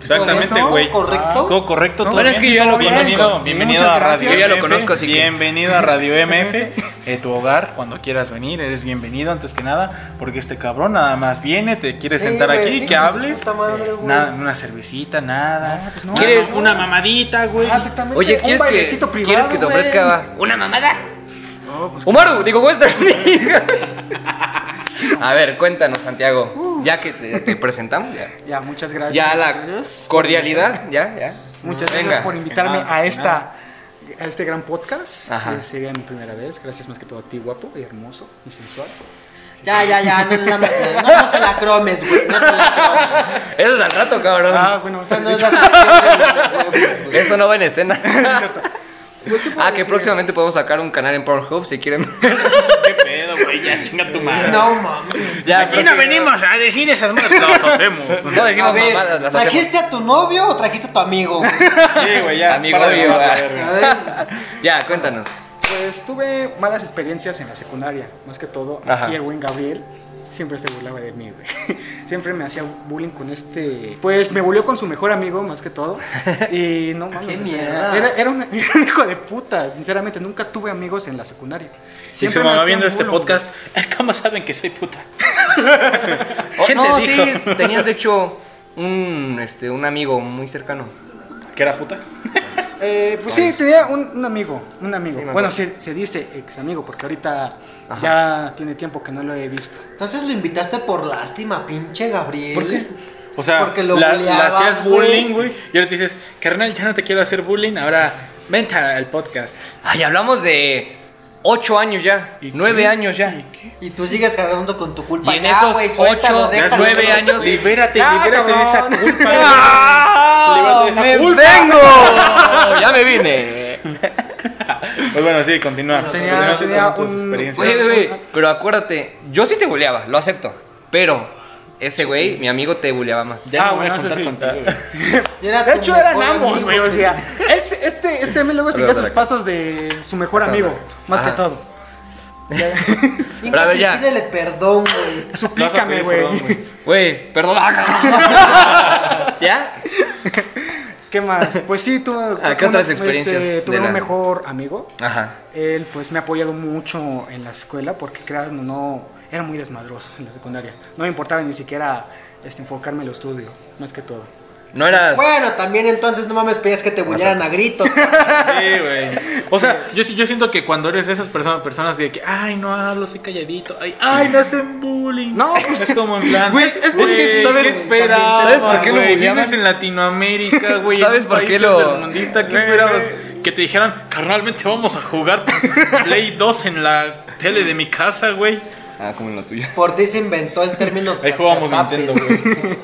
Speaker 1: Exactamente,
Speaker 9: ¿Todo
Speaker 1: güey.
Speaker 3: ¿Correcto?
Speaker 1: Todo correcto,
Speaker 9: No,
Speaker 1: todo
Speaker 2: bueno, es
Speaker 1: bien.
Speaker 2: que yo ya lo
Speaker 1: bienvenido,
Speaker 2: conozco.
Speaker 1: bienvenido
Speaker 9: muchas
Speaker 1: a
Speaker 9: gracias.
Speaker 1: Radio
Speaker 2: Yo ya lo
Speaker 1: MF.
Speaker 2: conozco, así que-
Speaker 1: Bienvenido a Radio MF, eh, tu hogar, cuando quieras venir, eres bienvenido antes que nada, porque este cabrón nada más viene, te quiere
Speaker 3: Sí,
Speaker 1: sentar
Speaker 3: güey,
Speaker 1: aquí,
Speaker 3: sí,
Speaker 1: que
Speaker 3: hijo de su
Speaker 1: hables,
Speaker 3: puta madre,
Speaker 1: eh,
Speaker 3: güey.
Speaker 1: nada, una cervecita, nada.
Speaker 9: Ah, pues no.
Speaker 1: ¿Quieres
Speaker 2: Ah,
Speaker 1: una mamadita, güey?
Speaker 9: Ah, exactamente,
Speaker 2: Oye,
Speaker 9: un
Speaker 2: ¿quieres que,
Speaker 9: bailecito privado,
Speaker 2: ¿quieres que te
Speaker 9: güey. pues,
Speaker 2: ofrezca una mamada? Umaru, digo Western. A ver, cuéntanos, Santiago. Ya que te, te presentamos, ya.
Speaker 9: Ya, muchas gracias.
Speaker 2: Ya la
Speaker 9: Gracias.
Speaker 2: cordialidad, ya, ya.
Speaker 9: Muchas
Speaker 2: Venga.
Speaker 9: gracias por invitarme
Speaker 1: nada,
Speaker 9: a
Speaker 1: es que
Speaker 9: esta a este gran podcast.
Speaker 2: Ajá.
Speaker 9: Eh, Sería mi primera vez. Gracias más que todo a ti, guapo, y hermoso y sensual.
Speaker 3: Ya, ya, ya, no, la- no, no se la cromes, güey, no se la cromes.
Speaker 2: Eso es al rato, cabrón.
Speaker 9: Ah, bueno,
Speaker 3: O sea, no
Speaker 9: de
Speaker 3: es
Speaker 9: hecho,
Speaker 3: la sección de los huevos, güey.
Speaker 2: Eso no va en escena.
Speaker 9: pues, ¿qué puedo
Speaker 2: ah, que
Speaker 9: decir?
Speaker 2: próximamente podemos sacar un canal en Pornhub si quieren.
Speaker 1: ¿Qué pedo, güey? Ya chinga tu madre.
Speaker 3: No mames.
Speaker 2: ya,
Speaker 1: Aquí no venimos a decir esas madres, las hacemos.
Speaker 2: No decimos
Speaker 3: A ver,
Speaker 2: mamadas, las hacemos.
Speaker 3: ¿trajiste a tu novio o trajiste a tu amigo? güey?
Speaker 8: Sí, güey, ya.
Speaker 2: Amigo
Speaker 8: para de
Speaker 2: mío,
Speaker 8: llevarla,
Speaker 2: va.
Speaker 8: verga.
Speaker 3: A ver,
Speaker 2: Ya, cuéntanos.
Speaker 9: Pues tuve malas experiencias en la secundaria, más que todo.
Speaker 2: Ajá.
Speaker 9: Aquí el buen Gabriel siempre se burlaba de mí, güey. Siempre me hacía bullying con este. Pues me volvió con su mejor amigo, más que todo. Y no mames.
Speaker 3: ¡Qué
Speaker 9: o sea,
Speaker 3: mierda!
Speaker 9: Era, era un, era un hijo de puta, sinceramente. Nunca tuve amigos en la secundaria.
Speaker 1: Si su
Speaker 9: me
Speaker 1: mamá
Speaker 9: hacían
Speaker 1: viendo este
Speaker 9: bullying,
Speaker 1: podcast, ¿cómo saben que soy puta?
Speaker 2: Oh,
Speaker 1: ¿Quién
Speaker 2: no,
Speaker 1: te dijo?
Speaker 2: sí, tenías de hecho un, este, un amigo muy cercano.
Speaker 1: ¿Que era puta?
Speaker 9: güey. Eh, pues sí, tenía un, un amigo, un amigo.
Speaker 2: me
Speaker 9: bueno,
Speaker 2: acuerdo.
Speaker 9: se, se dice ex amigo, porque ahorita ya tiene tiempo que no lo he visto.
Speaker 3: Entonces lo invitaste por lástima, pinche Gabriel.
Speaker 1: ¿Por qué? O sea,
Speaker 3: Porque lo
Speaker 1: la, la
Speaker 3: buleabas,
Speaker 1: hacías
Speaker 3: güey.
Speaker 1: bullying, güey. Y ahora te dices, carnal, ya no te quiero hacer bullying, ahora vente al podcast.
Speaker 2: Ay, hablamos de 8 años ya,
Speaker 1: ¿Y
Speaker 2: 9
Speaker 1: qué?
Speaker 2: años ya.
Speaker 3: Y tú sigues cargando con tu culpa.
Speaker 2: Y en
Speaker 3: Ya,
Speaker 2: esos
Speaker 3: güey, suéltalo,
Speaker 2: ocho,
Speaker 3: déjalo,
Speaker 2: nueve
Speaker 3: güey.
Speaker 2: años-
Speaker 1: Libérate,
Speaker 9: Ah,
Speaker 1: libérate de esa
Speaker 9: cabrón.
Speaker 1: culpa.
Speaker 2: ¡Ah!
Speaker 1: Libérate de esa
Speaker 2: ¡Me
Speaker 1: culpa.
Speaker 2: vengo! ¡Ya me vine!
Speaker 1: Pues bueno, sí, continúa.
Speaker 9: tenía-
Speaker 1: Continúa
Speaker 3: pues,
Speaker 1: con
Speaker 9: tenía
Speaker 1: tus
Speaker 9: un-
Speaker 1: experiencias.
Speaker 2: Güey, güey, pero acuérdate, yo sí te buleaba, lo acepto. Pero ese güey, mi amigo, te buleaba más.
Speaker 1: Ya
Speaker 9: Ah,
Speaker 1: no voy a
Speaker 9: bueno, eso
Speaker 1: juntar
Speaker 9: sí.
Speaker 1: contigo, güey.
Speaker 3: Y era
Speaker 9: De
Speaker 3: tu
Speaker 9: hecho, eran
Speaker 3: mejor
Speaker 9: ambos,
Speaker 3: amigo,
Speaker 9: güey. O sea, es- este, este men luego seguía
Speaker 2: Otra,
Speaker 9: sus
Speaker 2: otra.
Speaker 9: pasos de su mejor
Speaker 2: Otra,
Speaker 9: amigo,
Speaker 2: otra.
Speaker 9: más que
Speaker 2: Ajá.
Speaker 9: todo.
Speaker 3: Inca,
Speaker 2: Pero a ver,
Speaker 3: te
Speaker 2: ya.
Speaker 3: Pídele perdón, güey.
Speaker 1: Vas a pedir
Speaker 9: Suplícame, güey.
Speaker 1: perdón, güey.
Speaker 2: Güey, perdón. ¿Ya?
Speaker 9: ¿Qué más? Pues sí, tuve,
Speaker 2: Ah, ¿qué otras experiencias
Speaker 9: este, tuve
Speaker 2: de la-
Speaker 9: un mejor amigo.
Speaker 2: Ajá.
Speaker 9: Él pues me ha apoyado mucho en la escuela porque crean o no, era muy desmadroso en la secundaria. No me importaba ni siquiera este, enfocarme en lo estudio, más que todo.
Speaker 2: No eras.
Speaker 3: Bueno, también entonces no mames, pedías que te bullearan a gritos.
Speaker 1: Sí, güey. O sea, yo, sí- yo siento que cuando eres de esas personas, personas de que, ay, no hablo, soy calladito, ay, ay, me hacen bullying.
Speaker 9: No,
Speaker 1: es como en plan.
Speaker 9: Güey, es- es muy
Speaker 1: ¿qué
Speaker 9: difícil,
Speaker 3: güey,
Speaker 1: esperabas?
Speaker 3: también te- ¿sabes por
Speaker 2: qué lo
Speaker 1: güey?
Speaker 2: bulleaban?
Speaker 1: Vives en Latinoamérica, güey. en
Speaker 2: ¿Sabes
Speaker 1: un
Speaker 2: por
Speaker 1: país
Speaker 2: qué lo-
Speaker 1: tercermundista, ¿Qué
Speaker 2: Güey,
Speaker 1: esperabas? Que te dijeran, carnalmente vamos a jugar Play 2 en la tele de mi casa, güey.
Speaker 2: Ah, como en la tuya.
Speaker 3: Por ti se inventó el término
Speaker 1: Ahí jugábamos
Speaker 3: cachazapes.
Speaker 1: Nintendo, güey.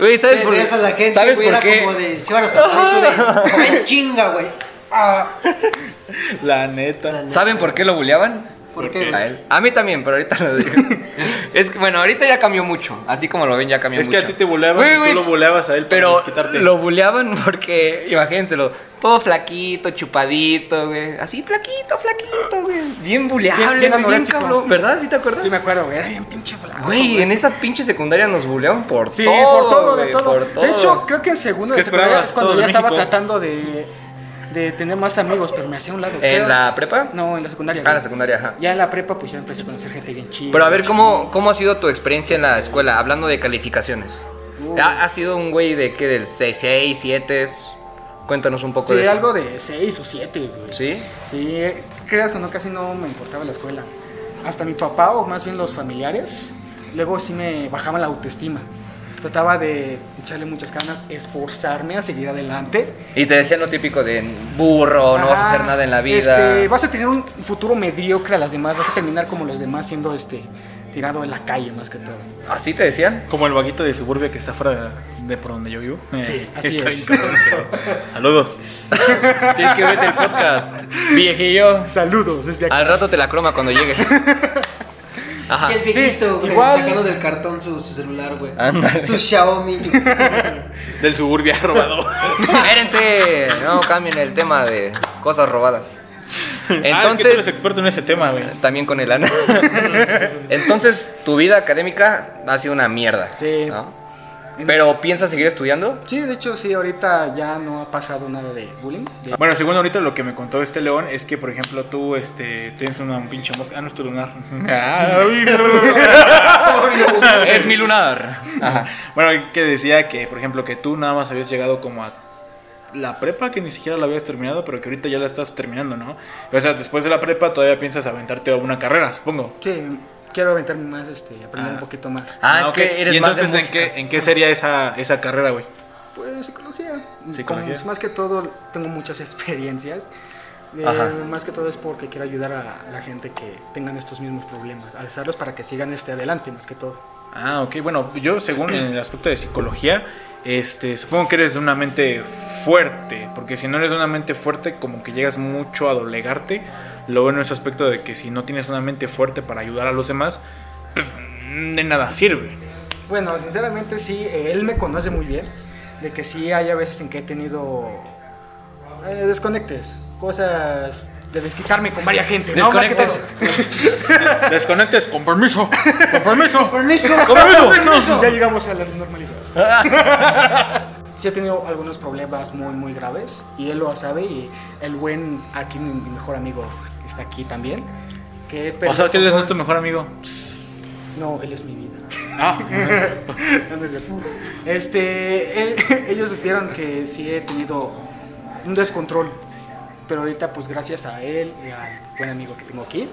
Speaker 2: Güey, ¿sabes
Speaker 3: Le
Speaker 2: por qué?
Speaker 3: veías a la gente,
Speaker 2: ¿Sabes
Speaker 3: güey,
Speaker 2: por
Speaker 3: era
Speaker 2: qué?
Speaker 3: como de, se iban a saltar y tú de, "Ven, chinga, güey. Ah,
Speaker 1: La neta.
Speaker 2: ¿Saben por qué lo buleaban?
Speaker 3: ¿Por qué?
Speaker 2: A él. A mí también, pero ahorita lo digo. es que, bueno, ahorita ya cambió mucho. Así como lo ven, ya cambió
Speaker 1: Es que
Speaker 2: mucho.
Speaker 1: a ti te buleaban
Speaker 2: Güey,
Speaker 1: y
Speaker 2: güey,
Speaker 1: tú lo buleabas a él para
Speaker 2: Pero
Speaker 1: desquitarte.
Speaker 2: lo buleaban porque, imagínenselo, todo flaquito, chupadito, güey. Así flaquito, flaquito, güey. Bien buleable,
Speaker 9: Bien-
Speaker 2: güey,
Speaker 9: bien
Speaker 2: bien,
Speaker 9: anoréxico.
Speaker 2: cabrón. ¿Verdad? ¿Sí te acuerdas?
Speaker 9: Sí me acuerdo, güey, era bien pinche flaco.
Speaker 2: Güey, en esa pinche secundaria nos buleaban por
Speaker 9: Sí,
Speaker 2: todo.
Speaker 9: por todo, de
Speaker 2: güey,
Speaker 9: todo.
Speaker 2: por
Speaker 9: De hecho, creo que en segundo
Speaker 1: Es que
Speaker 9: de secundaria es
Speaker 1: esperabas
Speaker 9: cuando
Speaker 1: todo
Speaker 9: ya
Speaker 1: de
Speaker 9: estaba
Speaker 1: México.
Speaker 9: tratando de, de tener más amigos, pero me hacía un lado. creo.
Speaker 2: ¿En la prepa?
Speaker 9: No, en la
Speaker 2: Ah,
Speaker 9: secundaria.
Speaker 2: en la
Speaker 9: güey.
Speaker 2: secundaria, ajá.
Speaker 9: Ya en la prepa pues ya empecé a conocer gente bien chida.
Speaker 2: Pero a ver, ¿cómo, ¿cómo ha sido tu experiencia en la escuela? Hablando de calificaciones. ¿Ha, ha sido un güey de qué? ¿Del 6, 6, 7? Cuéntanos un poco
Speaker 9: Sí,
Speaker 2: de eso.
Speaker 9: algo de 6 o 7, güey.
Speaker 2: pues. ¿Sí?
Speaker 9: Sí, creas o no, casi no me importaba la escuela. Hasta mi papá, o más bien los familiares, luego sí me bajaba la autoestima. Trataba de echarle muchas ganas, esforzarme a seguir adelante.
Speaker 2: Y te decían lo típico de burro, no vas a
Speaker 9: Ajá,
Speaker 2: hacer nada en la vida.
Speaker 9: este, vas a tener un futuro mediocre a las demás, vas a terminar como los demás siendo este tirado en la calle más que todo.
Speaker 2: ¿Así te decían?
Speaker 1: Como el vaguito de suburbia que está fuera de por donde yo vivo. Eh,
Speaker 9: Sí, así
Speaker 1: está
Speaker 9: es.
Speaker 1: bien, cabrón. Saludos.
Speaker 2: Si es que ves el podcast, viejillo.
Speaker 9: Saludos desde aquí.
Speaker 2: Al rato te la croma cuando llegue. Ajá.
Speaker 3: Y el viejito, güey,
Speaker 9: igual.
Speaker 3: sacando del cartón su, su celular, güey.
Speaker 2: Ándale.
Speaker 3: Su Xiaomi.
Speaker 1: Del suburbia robado. Ah,
Speaker 2: Espérense, no cambien el tema de cosas robadas.
Speaker 1: Ah, es que tú eres
Speaker 2: Entonces,
Speaker 1: experto en ese tema, güey.
Speaker 2: también con el ano. Entonces, tu vida académica ha sido una mierda.
Speaker 9: Sí.
Speaker 2: ¿no? Pero piensas seguir estudiando?
Speaker 9: Sí, de hecho, sí, ahorita ya no ha pasado nada de bullying. de-
Speaker 1: Bueno, según ahorita lo que me contó este león es que, por ejemplo, tú este, tienes una un pinche mosca. Ah, no es tu lunar.
Speaker 2: Es mi lunar. Ajá.
Speaker 1: bueno, que decía que, por ejemplo, que tú nada más habías llegado como a la prepa, que ni siquiera la habías terminado, pero que ahorita ya la estás terminando, ¿no? O sea, después de la prepa todavía piensas aventarte a una carrera, supongo.
Speaker 9: Sí, quiero aventarme más, este, aprender
Speaker 1: Ah.
Speaker 9: un poquito más.
Speaker 2: Ah, es
Speaker 1: ok.
Speaker 2: que eres
Speaker 1: ¿Y
Speaker 2: más de
Speaker 1: entonces en
Speaker 2: música.
Speaker 1: qué, en qué sería esa, esa carrera, güey?
Speaker 9: Pues psicología.
Speaker 1: Psicología.
Speaker 9: Como, más que todo, tengo muchas experiencias. Eh,
Speaker 2: Ajá.
Speaker 9: más que todo es porque quiero ayudar a la gente que tengan estos mismos problemas, alzarlos para que sigan este adelante, más que todo.
Speaker 1: Ah, ok. Bueno, yo según en el aspecto de psicología, este, supongo que eres de una mente fuerte, porque si no eres de una mente fuerte, como que llegas mucho a doblegarte. Lo bueno en ese aspecto de que si no tienes una mente fuerte para ayudar a los demás, pues de nada sirve.
Speaker 9: Bueno, sinceramente sí, eh, él me conoce muy bien, de que sí hay a veces en que he tenido eh, desconectes, cosas de desquitarme con varias gente. ¿no? Más que todo.
Speaker 2: Desconectes.
Speaker 1: Desconectes, con permiso, con permiso.
Speaker 3: Permiso.
Speaker 9: Ya llegamos a la normalidad. Sí he tenido algunos problemas muy, muy graves y él lo sabe y el buen, aquí mi mi mejor amigo que está aquí también. Que
Speaker 1: O sea, que eres nuestro mejor amigo.
Speaker 9: No, él es mi vida.
Speaker 1: Ah,
Speaker 9: No, no es cierto. Este, él- ellos supieron que sí he tenido un descontrol. Pero ahorita, pues gracias a él y al buen amigo que tengo aquí,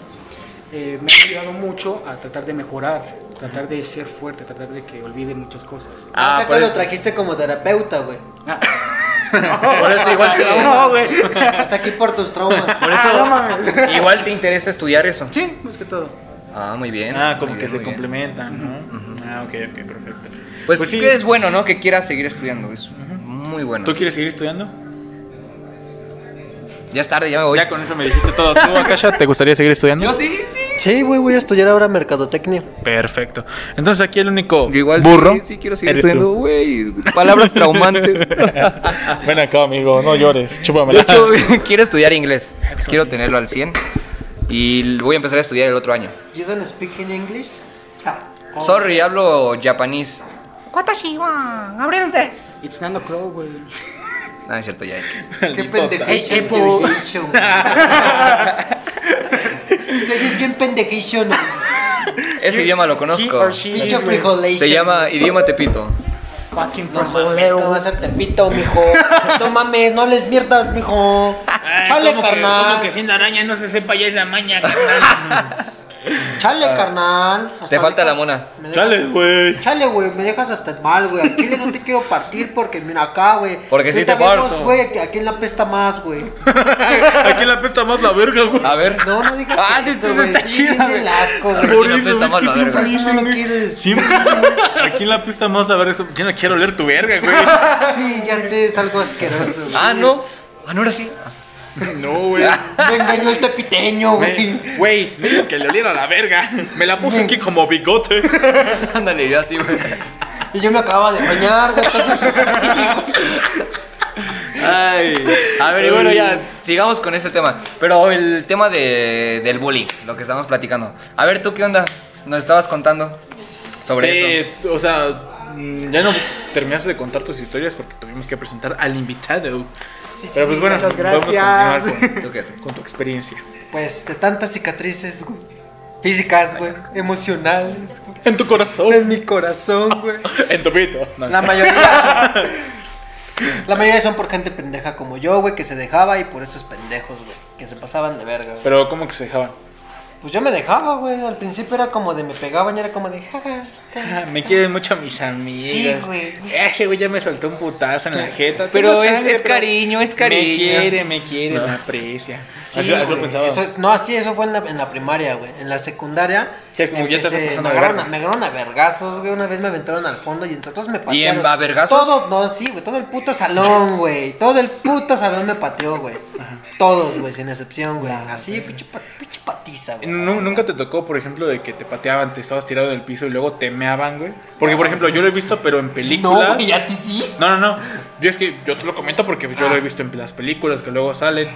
Speaker 9: eh, me ha ayudado mucho a tratar de mejorar, tratar de ser fuerte, tratar de que olvide muchas cosas.
Speaker 3: Ah, o sea,
Speaker 2: por
Speaker 3: que lo
Speaker 2: eso-
Speaker 3: trajiste como terapeuta, güey.
Speaker 9: Ah,
Speaker 2: Por eso igual te,
Speaker 9: no, güey.
Speaker 3: Hasta aquí por tus traumas.
Speaker 2: por
Speaker 9: Ah,
Speaker 2: eso-
Speaker 9: no mames.
Speaker 2: igual te interesa estudiar eso.
Speaker 9: Sí, más que todo.
Speaker 2: Ah, muy bien.
Speaker 1: Ah,
Speaker 2: muy
Speaker 1: como que
Speaker 2: bien,
Speaker 1: se
Speaker 2: muy bien.
Speaker 1: complementan, ¿no? Ah, ok, ok, perfecto.
Speaker 2: Pues, es bueno, ¿no? Que quieras seguir estudiando. Es muy bueno.
Speaker 1: ¿Tú quieres seguir estudiando?
Speaker 2: Ya es tarde, ya me voy.
Speaker 1: Ya con eso me dijiste todo. ¿Tú, Akasha, te gustaría seguir estudiando?
Speaker 2: Yo sí, sí.
Speaker 3: Sí, güey, voy a estudiar ahora mercadotecnia.
Speaker 1: Perfecto. Entonces aquí el único
Speaker 2: Yo igual
Speaker 1: burro.
Speaker 2: Sí, sí quiero seguir
Speaker 1: eres tú.
Speaker 2: estudiando, güey. Palabras traumantes.
Speaker 1: Ven acá, amigo, no llores.
Speaker 2: De
Speaker 1: Chúpamela.
Speaker 2: hecho, quiero estudiar inglés. Quiero tenerlo al 100. Y voy a empezar a estudiar el otro año.
Speaker 3: You don't speak in English?
Speaker 2: Sorry, hablo japonés.
Speaker 9: It's Nando Crow, güey.
Speaker 2: No, Ah, es cierto, ya. X.
Speaker 3: Qué pendejation
Speaker 9: Apple.
Speaker 3: intelligation, güey. Tú eres bien pendejation. güey.
Speaker 2: Ese idioma lo
Speaker 9: He
Speaker 2: conozco.
Speaker 9: or she
Speaker 3: Pinche
Speaker 9: is, güey.
Speaker 3: frijolation.
Speaker 2: Se llama idioma tepito.
Speaker 9: Fucking
Speaker 3: No mames,
Speaker 9: frijolero.
Speaker 3: ¿cómo va a ser Tepito, mijo? No mames, no les mierdas, mijo. Chale, carnal.
Speaker 1: siendo araña no se sepa ya esa maña.
Speaker 3: Chale, carnal. Hasta
Speaker 2: Ah. Te falta
Speaker 3: dejas-
Speaker 2: la mona.
Speaker 3: me dejas-
Speaker 1: Dale, güey.
Speaker 3: Chale, güey, me dejas hasta mal, güey. Al chile no te quiero partir porque mira acá, güey.
Speaker 2: Porque sí
Speaker 3: Ahorita
Speaker 2: te
Speaker 3: vemos,
Speaker 2: parto.
Speaker 3: güey, a- a quién la pesta más, güey.
Speaker 1: Aquí la pesta más la verga, güey.
Speaker 2: A ver.
Speaker 3: No, no digas
Speaker 2: Ah, sí,
Speaker 3: eso,
Speaker 2: sí,
Speaker 3: güey.
Speaker 2: está
Speaker 3: Sí,
Speaker 2: chida,
Speaker 3: bien
Speaker 2: güey.
Speaker 3: del asco, güey.
Speaker 1: Por
Speaker 2: la
Speaker 1: eso,
Speaker 2: pesta
Speaker 1: es
Speaker 2: más
Speaker 1: que
Speaker 2: la
Speaker 1: siempre
Speaker 2: verga.
Speaker 3: Por eso
Speaker 1: dicen,
Speaker 3: no
Speaker 1: güey,
Speaker 3: quieres.
Speaker 1: Siempre dicen, güey, aquí la pesta más la verga. Yo no quiero leer tu verga, güey.
Speaker 3: Sí, ya sé, es algo asqueroso. güey.
Speaker 2: Ah, no. Ah, no, ahora sí.
Speaker 5: No, güey.
Speaker 3: Me engañó el tepiteño, güey.
Speaker 5: Güey, me dijo que le oliera la verga.
Speaker 1: Me la puse aquí como bigote.
Speaker 2: Ándale, yo así, güey.
Speaker 3: Y yo me acababa de bañar, güey. entonces-
Speaker 2: Ay. A ver, y bueno, ya, sigamos con ese tema. Pero el tema de, del bullying, lo que estamos platicando. A ver, ¿tú qué onda? Nos estabas contando sobre eso.
Speaker 1: Sí, o sea, mm, ya no terminaste de contar tus historias porque tuvimos que presentar al invitado. Pero pues bueno,
Speaker 9: muchas
Speaker 1: vamos a continuar
Speaker 9: gracias.
Speaker 1: con-
Speaker 2: ¿Tú qué?
Speaker 1: con tu experiencia.
Speaker 3: Pues de tantas cicatrices, güey. Físicas, güey. Emocionales, güey.
Speaker 1: En tu corazón.
Speaker 3: En mi corazón, güey.
Speaker 1: En tu pito. No.
Speaker 3: La mayoría. La mayoría son por gente pendeja como yo, güey, que se dejaba y por esos pendejos, güey, que se pasaban de verga. güey.
Speaker 1: Pero ¿cómo que se dejaban?
Speaker 3: Pues yo me dejaba, güey. Al principio era como de me pegaban y era como de jaja.
Speaker 1: Ah, Me quieren mucho mis amigas.
Speaker 3: Sí, güey.
Speaker 1: Ese güey ya me soltó un putazo en la jeta.
Speaker 2: Pero
Speaker 1: Tengo
Speaker 2: es-
Speaker 1: sangre,
Speaker 2: es cariño, es
Speaker 1: Me
Speaker 2: cariño.
Speaker 1: quiere, me quiere, me aprecia.
Speaker 3: Sí,
Speaker 1: Así- así lo
Speaker 3: güey.
Speaker 1: pensaba.
Speaker 3: Eso es- no, así, eso fue en la, en la primaria, güey. En la secundaria.
Speaker 1: Sí, es como ya te estás
Speaker 3: empecé-
Speaker 1: pasando
Speaker 3: me,
Speaker 1: de
Speaker 3: agarraron,
Speaker 1: verga.
Speaker 3: a- me agarraron a vergazos, güey. Una vez me aventaron al fondo y entre todos me patearon.
Speaker 2: a vergazos?
Speaker 3: Todo, no, sí, güey. Todo el puto salón, güey. Todo el puto salón me pateó, güey. Todos, güey, sin excepción, güey. Así, pinche, pa- pinche patiza, güey.
Speaker 1: Nu- Nunca te tocó, por ejemplo, de que te pateaban, te estabas tirado en el piso y luego te meaban, güey. Porque, por ejemplo, yo lo he visto, pero en películas.
Speaker 3: No, güey, a ti sí.
Speaker 1: No, no, no. Yo es que yo te lo comento porque yo
Speaker 2: Ah.
Speaker 1: lo he visto en las películas que luego salen.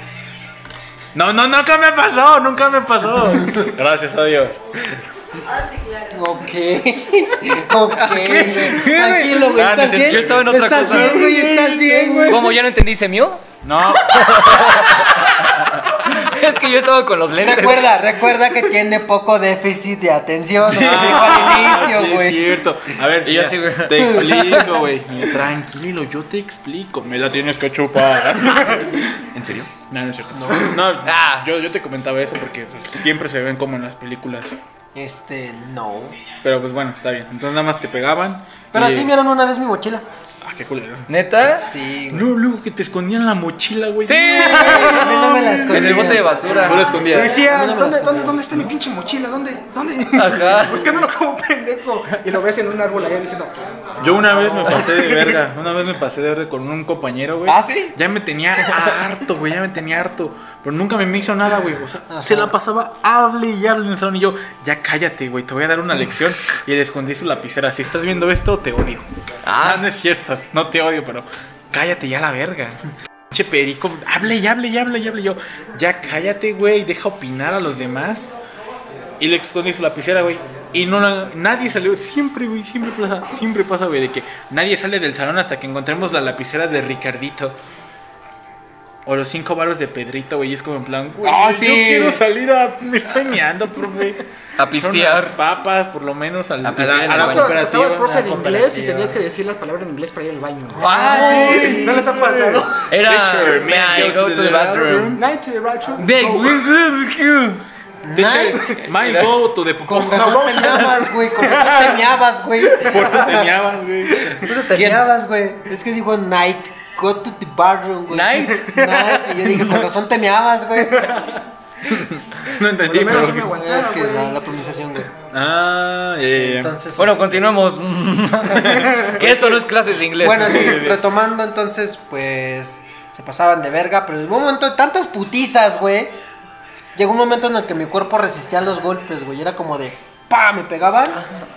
Speaker 1: No, no, nunca me pasó, nunca me pasó. Gracias a Dios.
Speaker 3: Ok. Ok, güey. Tranquilo, güey.
Speaker 2: Ah,
Speaker 3: ¿Estás
Speaker 2: dice,
Speaker 3: bien?
Speaker 2: yo estaba en otra
Speaker 3: ¿Estás
Speaker 2: cosa.
Speaker 3: bien, güey? ¿Estás bien, güey?
Speaker 2: ¿Cómo ya no entendí? ¿Se mío?
Speaker 1: No,
Speaker 2: Es que yo estaba con los lentes.
Speaker 3: Recuerda, recuerda que tiene poco déficit de atención. Lo dijo al
Speaker 1: Ah, Sí,
Speaker 3: inicio,
Speaker 1: es
Speaker 3: güey.
Speaker 1: cierto. A ver,
Speaker 2: Y yo
Speaker 1: mira,
Speaker 2: así, güey.
Speaker 1: te explico, güey. Mira, Tranquilo, yo te explico. Me la tienes que chupar.
Speaker 2: ¿En serio?
Speaker 1: No, no es cierto. No,
Speaker 2: Ah.
Speaker 1: yo, yo te comentaba eso porque pues, siempre se ven como en las películas.
Speaker 3: Este, no.
Speaker 1: Pero pues bueno, está bien. Entonces nada más te pegaban.
Speaker 3: Pero
Speaker 1: y-
Speaker 3: así vieron una vez mi mochila.
Speaker 1: Ah, qué culero.
Speaker 2: ¿Neta?
Speaker 3: Sí,
Speaker 1: No, luego que te escondían la mochila, güey.
Speaker 2: Sí.
Speaker 3: A mí no me la escondí.
Speaker 2: En el bote de
Speaker 1: Tú la
Speaker 2: basura.
Speaker 1: escondías.
Speaker 9: Decía,
Speaker 3: No, no me
Speaker 9: ¿dónde,
Speaker 3: las
Speaker 9: dónde,
Speaker 3: comí.
Speaker 9: ¿dónde está mi pinche mochila? ¿Dónde? ¿Dónde?
Speaker 2: Ajá.
Speaker 9: Buscándolo como pendejo. Y lo ves en un árbol allá diciendo,
Speaker 1: Yo una vez me pasé de verga, una vez me pasé de verga con un compañero, güey.
Speaker 2: ¿Ah, sí?
Speaker 1: Ya me tenía harto, güey, ya me tenía harto. Pero nunca me hizo nada, güey. O sea, se la pasaba, hable y hable en el salón. Y yo, ya cállate, güey, te voy a dar una lección. Y le escondí su lapicera. Si estás viendo esto, te odio. Ah,
Speaker 2: Ah,
Speaker 1: no es cierto, no te odio, pero cállate ya la verga. Che perico, hable y hable y hable y hable. Y Yo, ya cállate, güey, deja opinar a los demás. Y le escondí su lapicera, güey. Y no, la- nadie salió. Siempre, güey, siempre pasa, siempre pasa, güey, de que nadie sale del salón hasta que encontremos la lapicera de Ricardito. O los cinco varos de Pedrito, güey. Y es como en plan, güey,
Speaker 2: Ah, sí.
Speaker 1: yo quiero salir a... Me estoy meando, profe.
Speaker 2: A
Speaker 1: Pistear.
Speaker 2: pistear.
Speaker 1: papas, por lo menos, al-
Speaker 2: A
Speaker 1: a, la-
Speaker 2: pistear en
Speaker 1: a
Speaker 2: el
Speaker 1: la
Speaker 2: baño.
Speaker 9: Cuando
Speaker 1: cooperativa.
Speaker 9: tocaba el profe de
Speaker 1: Ah,
Speaker 9: inglés y
Speaker 2: cooperativa.
Speaker 9: tenías que decir las palabras en inglés para ir al baño.
Speaker 2: Ah, sí.
Speaker 9: ¿No les ha pasado?
Speaker 2: Era.
Speaker 1: Teacher,
Speaker 2: May I go to the bathroom?
Speaker 9: Night to the bathroom.
Speaker 2: They-
Speaker 1: Teacher, my go to the popó.
Speaker 3: Con razón te meabas, güey. Con razón te meabas, güey.
Speaker 1: Por tu teñabas, güey.
Speaker 3: Por eso te meabas, güey. Es que dijo night. Go to the bathroom, güey.
Speaker 2: Night.
Speaker 3: Night. Y yo dije, con razón te meabas, güey.
Speaker 1: No
Speaker 9: Por lo
Speaker 1: entendí,
Speaker 9: menos yo me
Speaker 1: pero-
Speaker 9: aguantaba,
Speaker 3: Es que
Speaker 9: güey.
Speaker 3: la, la pronunciación, güey.
Speaker 1: Ah, ya, ya, ya.
Speaker 3: Entonces.
Speaker 2: Bueno,
Speaker 3: este,
Speaker 2: continuemos. Esto no es clases de inglés.
Speaker 3: Bueno, sí, retomando entonces, pues se pasaban de verga, pero en un momento de tantas putizas, güey. Llegó un momento en el que mi cuerpo resistía los golpes, güey. Era como de, pa, me pegaban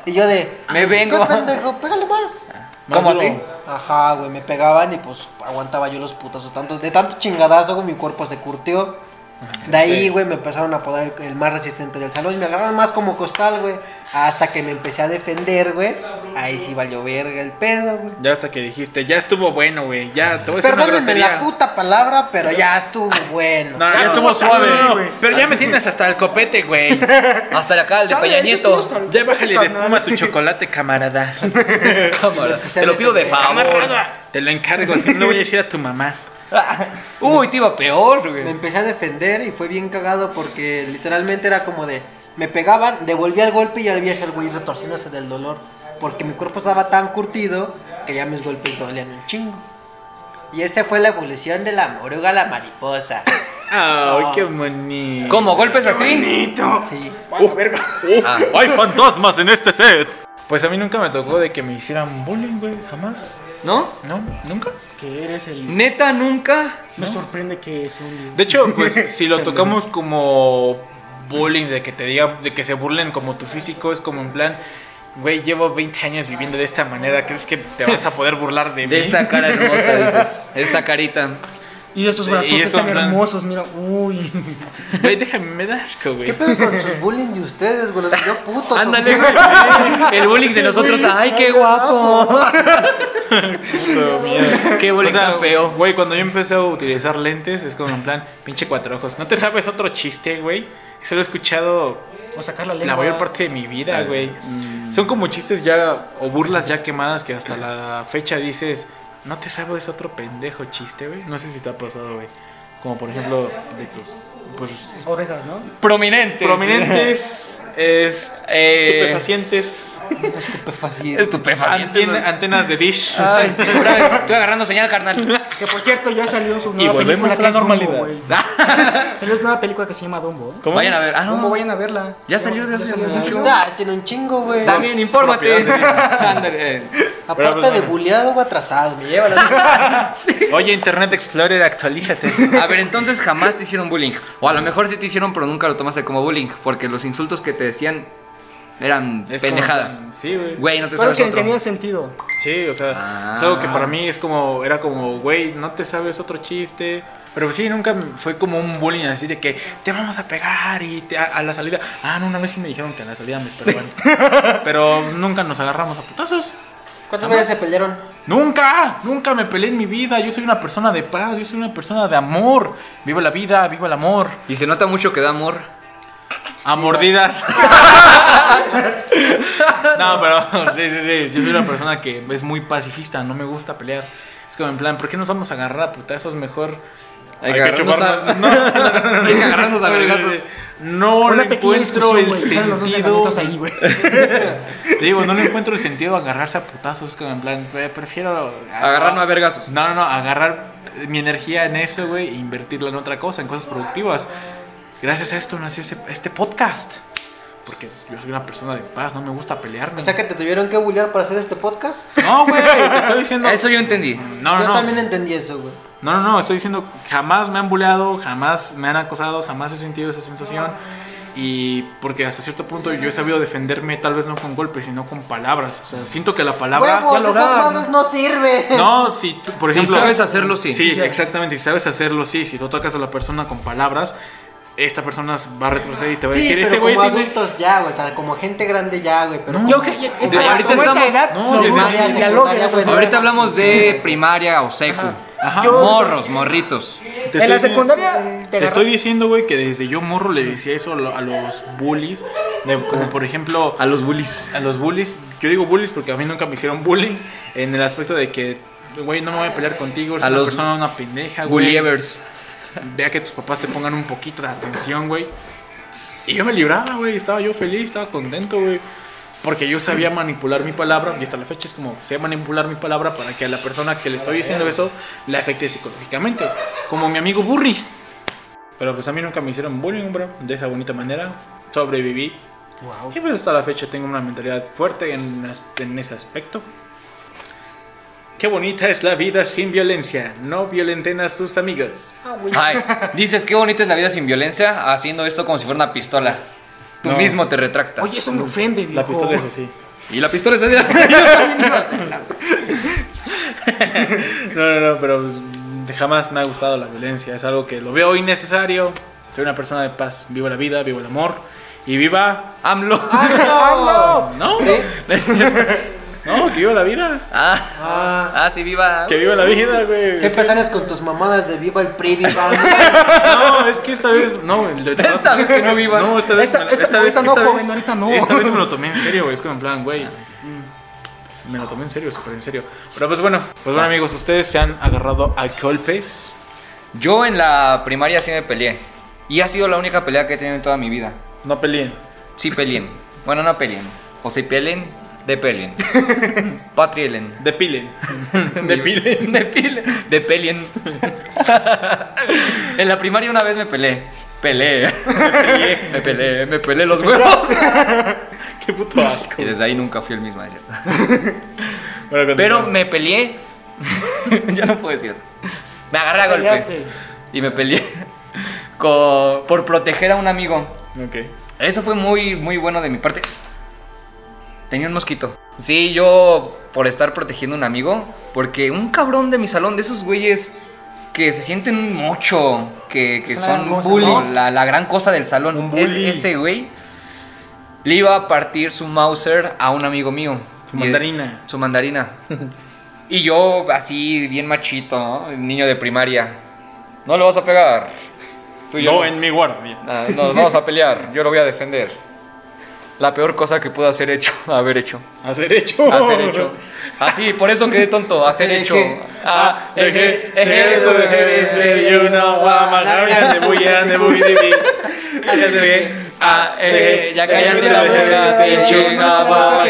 Speaker 3: y yo de,
Speaker 2: Me
Speaker 3: "Ay,
Speaker 2: vengo".
Speaker 3: ¿Qué pendejo? Pégale más.
Speaker 2: ¿Cómo
Speaker 1: Más
Speaker 2: así?
Speaker 1: duro.
Speaker 3: Ajá, güey, me pegaban y pues aguantaba yo los putazos. Tanto, de tanto chingadazo, güey, mi cuerpo se curtió. De ahí, güey, me empezaron a poner el, el más resistente del salón y me agarraron más como costal, güey. Hasta que me empecé a defender, güey. Ahí sí valió verga el pedo, güey.
Speaker 1: Ya hasta que dijiste, ya estuvo bueno, güey. Ya, te voy a decir una
Speaker 3: Perdónenme
Speaker 1: grosería.
Speaker 3: la puta palabra, pero ya estuvo bueno.
Speaker 1: No, ya estuvo
Speaker 9: estuvo
Speaker 1: suave.
Speaker 9: suave,
Speaker 1: No,
Speaker 9: güey.
Speaker 1: pero ya me tienes hasta el copete, güey.
Speaker 2: Hasta acá, el de
Speaker 9: Chale,
Speaker 2: Peña
Speaker 9: ya
Speaker 2: Nieto.
Speaker 9: estuvo hasta-
Speaker 1: Ya bájale de
Speaker 9: Carnal.
Speaker 1: espuma a tu chocolate, camarada.
Speaker 2: Cámara. Te lo pido de favor.
Speaker 1: Camarada. Te lo encargo, así no le voy a decir a tu mamá.
Speaker 2: Uy, te iba peor,
Speaker 3: Me
Speaker 2: güey.
Speaker 3: empecé a defender y fue bien cagado porque literalmente era como de. Me pegaban, devolvía el golpe y ya había el güey retorciéndose del dolor. Porque mi cuerpo estaba tan curtido que ya mis golpes dolían un chingo. Y esa fue la evolución de la moruga a la mariposa.
Speaker 2: Ah,
Speaker 1: Ay, qué bonito.
Speaker 2: ¿Cómo? ¿Golpes así?
Speaker 3: Sí.
Speaker 2: Ah.
Speaker 1: ¡Hay fantasmas en este set! Pues a mí nunca me tocó de que me hicieran bullying, güey. Jamás.
Speaker 2: ¿No?
Speaker 1: No, nunca.
Speaker 9: Que eres el...
Speaker 2: Neta, nunca.
Speaker 9: Me sorprende que sea un...
Speaker 1: De hecho, pues si lo tocamos como bullying, de que te diga, de que se burlen como tu físico, es como en plan, güey, llevo 20 años viviendo de esta manera, ¿crees que te vas a poder burlar de mí?
Speaker 2: De esta cara hermosa, dices. Esta carita.
Speaker 9: Y estos
Speaker 1: Y
Speaker 9: brazos
Speaker 1: esto,
Speaker 9: están
Speaker 1: en plan-
Speaker 9: hermosos, mira. Uy.
Speaker 1: Güey, déjame, me da asco, güey.
Speaker 3: ¿Qué pedo con sus bullying de ustedes, güey? Los yo puto.
Speaker 2: Ándale, güey. El bullying de nosotros. ¡Ay, qué guapo! Qué bullying
Speaker 1: O sea,
Speaker 2: tan feo.
Speaker 1: Güey, cuando yo empecé a utilizar lentes, es como en plan, pinche cuatro ojos. ¿No te sabes otro chiste, güey? Se lo he escuchado
Speaker 9: O sacar la lengua.
Speaker 1: la mayor parte de mi vida, güey. Son como chistes ya, o burlas ya quemadas que hasta la fecha dices, no te sabes otro pendejo chiste, güey. No sé si te ha pasado, güey. Como por ejemplo, de tus pues,
Speaker 9: Orejas, ¿no?
Speaker 2: Prominentes.
Speaker 1: prominentes, es,
Speaker 2: Eh,
Speaker 1: estupefacientes,
Speaker 3: Estupefaciente.
Speaker 2: estupefacientes.
Speaker 1: antena- antenas de dish.
Speaker 2: Ay, Frank, estoy agarrando señal, carnal.
Speaker 9: Que por cierto, ya salió su
Speaker 1: Y
Speaker 9: nueva
Speaker 1: volvemos
Speaker 9: película
Speaker 1: a pues,
Speaker 9: que
Speaker 1: la
Speaker 9: es Dumbo,
Speaker 1: normalidad.
Speaker 9: güey. salió una nueva película que se llama Dumbo. ¿eh?
Speaker 1: ¿Cómo?
Speaker 2: Vayan a ver. Ah,
Speaker 9: Dumbo,
Speaker 2: no.
Speaker 9: vayan a verla.
Speaker 2: Ya salió de hace mucho.
Speaker 3: Ah, tiene un chingo, güey.
Speaker 2: También, infórmate. Ándale. eh.
Speaker 1: Pero, pues,
Speaker 3: Aparte de
Speaker 1: bueno.
Speaker 3: bulleado, güey, atrasado. Me lleva la
Speaker 1: Oye, Internet Explorer, actualízate.
Speaker 2: A ver, entonces jamás te hicieron bullying. O a lo mejor sí te hicieron, pero nunca lo tomaste como bullying. Porque los insultos que te decían eran
Speaker 1: Es como-
Speaker 2: pendejadas.
Speaker 1: Sí, güey.
Speaker 2: Güey, no te sabes
Speaker 9: Cosas que ni
Speaker 2: otro.
Speaker 9: tenían sentido.
Speaker 1: Sí, o sea,
Speaker 2: Ah.
Speaker 1: es algo que para mí es como, era como, güey, no te sabes otro chiste. Pero sí, nunca fue como un bullying así de que te vamos a pegar y te- a, a la salida. Ah, no, una vez sí me dijeron que a la salida me esperaban. pero nunca nos agarramos a putazos.
Speaker 3: ¿Cuántas veces se pelearon?
Speaker 1: Nunca, nunca me peleé en mi vida. Yo soy una persona de paz, yo soy una persona de amor. Viva la vida, viva el amor.
Speaker 2: Y se nota mucho que da amor.
Speaker 1: A mordidas. no, pero sí, sí, sí. Yo soy una persona que es muy pacifista, no me gusta pelear. Es como en plan, ¿por qué nos vamos a agarrar a putazos mejor?
Speaker 2: Hay que agarrarnos a-
Speaker 1: No,
Speaker 2: Hay que agarrarnos a vergazos.
Speaker 1: No
Speaker 9: Una
Speaker 1: le
Speaker 9: pequeña
Speaker 1: encuentro
Speaker 9: discusión,
Speaker 1: el
Speaker 9: güey. Salen los dos
Speaker 1: sentido.
Speaker 9: hermanitos ahí, güey.
Speaker 1: Te digo, no le encuentro el sentido a agarrarse a putazos. Es como en plan, eh, prefiero.
Speaker 2: Agarrarnos a vergazos.
Speaker 1: No, no, no, agarrar mi energía en eso, güey, e invertirla en otra cosa, en cosas productivas. Gracias a esto nació ese- este podcast. Porque yo soy una persona de paz, no me gusta pelearme.
Speaker 3: O sea que te tuvieron que bullear para hacer este podcast.
Speaker 1: No, güey, te estoy diciendo.
Speaker 2: Eso yo entendí.
Speaker 1: No,
Speaker 3: Yo
Speaker 1: no,
Speaker 3: también
Speaker 1: no.
Speaker 3: entendí eso, güey.
Speaker 1: No, no, no, estoy diciendo jamás me han buleado, jamás me han acosado, jamás he sentido esa sensación. Y porque hasta cierto punto yo he sabido defenderme, tal vez no con golpes, sino con palabras. O sea, siento que la palabra.
Speaker 3: ¡Huevos! ¡Esas
Speaker 9: valorada,
Speaker 3: madres no sirven!
Speaker 1: No, si tú, por
Speaker 2: Si
Speaker 1: ejemplo.
Speaker 2: sabes hacerlo, sí.
Speaker 1: Sí,
Speaker 2: Sí,
Speaker 1: exactamente. Si sabes hacerlo, sí. Si tú tocas a la persona con palabras, esta persona va a retroceder y te va a
Speaker 3: Sí,
Speaker 1: decir:
Speaker 3: pero
Speaker 1: Ese güey
Speaker 3: como
Speaker 1: tiene.
Speaker 3: adultos ya, güey. O sea, como gente grande ya, güey. Pero
Speaker 1: No.
Speaker 3: como-
Speaker 1: Yo que-
Speaker 3: como
Speaker 1: este,
Speaker 3: vato,
Speaker 1: ahorita
Speaker 3: güey,
Speaker 1: estamos- no,
Speaker 9: los
Speaker 1: desde
Speaker 9: niños
Speaker 1: primaria,
Speaker 9: dialogan,
Speaker 3: secundaria,
Speaker 9: güey.
Speaker 3: güey.
Speaker 2: Ahorita hablamos de primaria o secu.
Speaker 1: Ajá.
Speaker 2: Morros, morritos.
Speaker 1: Te
Speaker 9: en la
Speaker 1: estoy-
Speaker 9: secundaria
Speaker 1: Te
Speaker 9: agarra-
Speaker 1: estoy diciendo, güey, que desde yo morro le decía eso a lo- a los bullies. de- como por ejemplo, a los bullies. A los bullies. Yo digo bullies porque a mí nunca me hicieron bullying. En el aspecto de que, güey, no me voy a pelear contigo. Eres
Speaker 2: A
Speaker 1: una
Speaker 2: los
Speaker 1: persona, una pendeja, güey.
Speaker 2: Gullievers.
Speaker 1: Vea que tus papás te pongan un poquito de atención, güey. Y yo me libraba, güey. Estaba yo feliz, estaba contento, güey. Porque yo sabía manipular mi palabra. Y hasta la fecha es como, sé manipular mi palabra para que a la persona que le estoy diciendo eso la afecte psicológicamente. Como mi amigo Burris. Pero pues a mí nunca me hicieron bullying, bro. De esa bonita manera. Sobreviví. Y pues hasta la fecha tengo una mentalidad fuerte en, as- en ese aspecto. Qué bonita es la vida sin violencia. No violenten a sus amigos.
Speaker 2: Ay, dices qué bonita es la vida sin violencia haciendo esto como si fuera una pistola. Tú
Speaker 1: No.
Speaker 2: mismo te retractas.
Speaker 9: Oye, eso me ofende,
Speaker 1: La
Speaker 9: viejo.
Speaker 1: pistola es así.
Speaker 2: Y la pistola está. Yo también iba a hacerla, güey.
Speaker 1: No, no, no, pero pues, jamás me ha gustado la violencia. Es algo que lo veo innecesario. Soy una persona de paz. Vivo la vida, vivo el amor. Y viva.
Speaker 2: AMLO.
Speaker 3: Ah.
Speaker 1: No, no, que viva la vida.
Speaker 2: Ah,
Speaker 3: Ah,
Speaker 2: ah, sí, viva.
Speaker 1: Que viva la vida, güey.
Speaker 3: siempre sales con tus mamadas de viva el PRI, viva.
Speaker 1: No, es que esta vez. No, de verdad.
Speaker 2: Esta vez que no viva.
Speaker 1: No, esta vez.
Speaker 9: Esta-
Speaker 1: me lo-
Speaker 9: esta-
Speaker 1: vez,
Speaker 9: ahorita no,
Speaker 1: esta
Speaker 9: joven,
Speaker 1: vez-
Speaker 9: ahorita no.
Speaker 1: Esta vez me lo tomé en serio, güey. Es como en plan, güey. Me lo tomé en serio, súper en serio. Pero pues bueno, pues bueno, amigos, ustedes se han agarrado a golpes.
Speaker 2: Yo en la primaria sí me peleé. Y ha sido la única pelea que he tenido en toda mi vida.
Speaker 1: No peleen.
Speaker 2: Sí peleen. Bueno, no peleen. O si peleen, depeleen. Patrielen.
Speaker 1: Depilen. Depilen.
Speaker 2: De pile. De pelien. en la primaria una vez me peleé. Peleé. me peleé, me peleé los huevos.
Speaker 1: Qué puto asco.
Speaker 2: y desde ahí nunca fui el mismo, es cierto.
Speaker 1: Bueno, continúa.
Speaker 2: Pero me peleé. ya no puedo decir. Me agarré a golpes.
Speaker 9: Peleaste.
Speaker 2: Y me peleé con- por proteger a un amigo.
Speaker 1: Ok.
Speaker 2: Eso fue muy, muy bueno de mi parte. Tenía un mosquito. Sí, yo por estar protegiendo a un amigo, porque un cabrón de mi salón, de esos güeyes que se sienten mucho, que, que
Speaker 9: Es una
Speaker 2: son
Speaker 9: gran cosa,
Speaker 2: bully,
Speaker 9: ¿no?
Speaker 2: la, la gran cosa del salón, E- ese güey, le iba a partir su Mauser a un amigo mío.
Speaker 1: Su
Speaker 2: Y-
Speaker 1: mandarina.
Speaker 2: Su mandarina. y yo así, bien machito, ¿no? niño de primaria. No lo vas a pegar. Tú y yo
Speaker 1: No,
Speaker 2: nos-
Speaker 1: en mi guardia.
Speaker 2: Ah, nos vamos a pelear, yo lo voy a defender. La peor cosa que pude hacer hecho, haber hecho,
Speaker 1: Hacer hecho.
Speaker 2: hacer hecho. Así, por eso quedé tonto, hacer hecho. Ah, eje, eje, ah, eje, ya cállate la boca, se chingaba,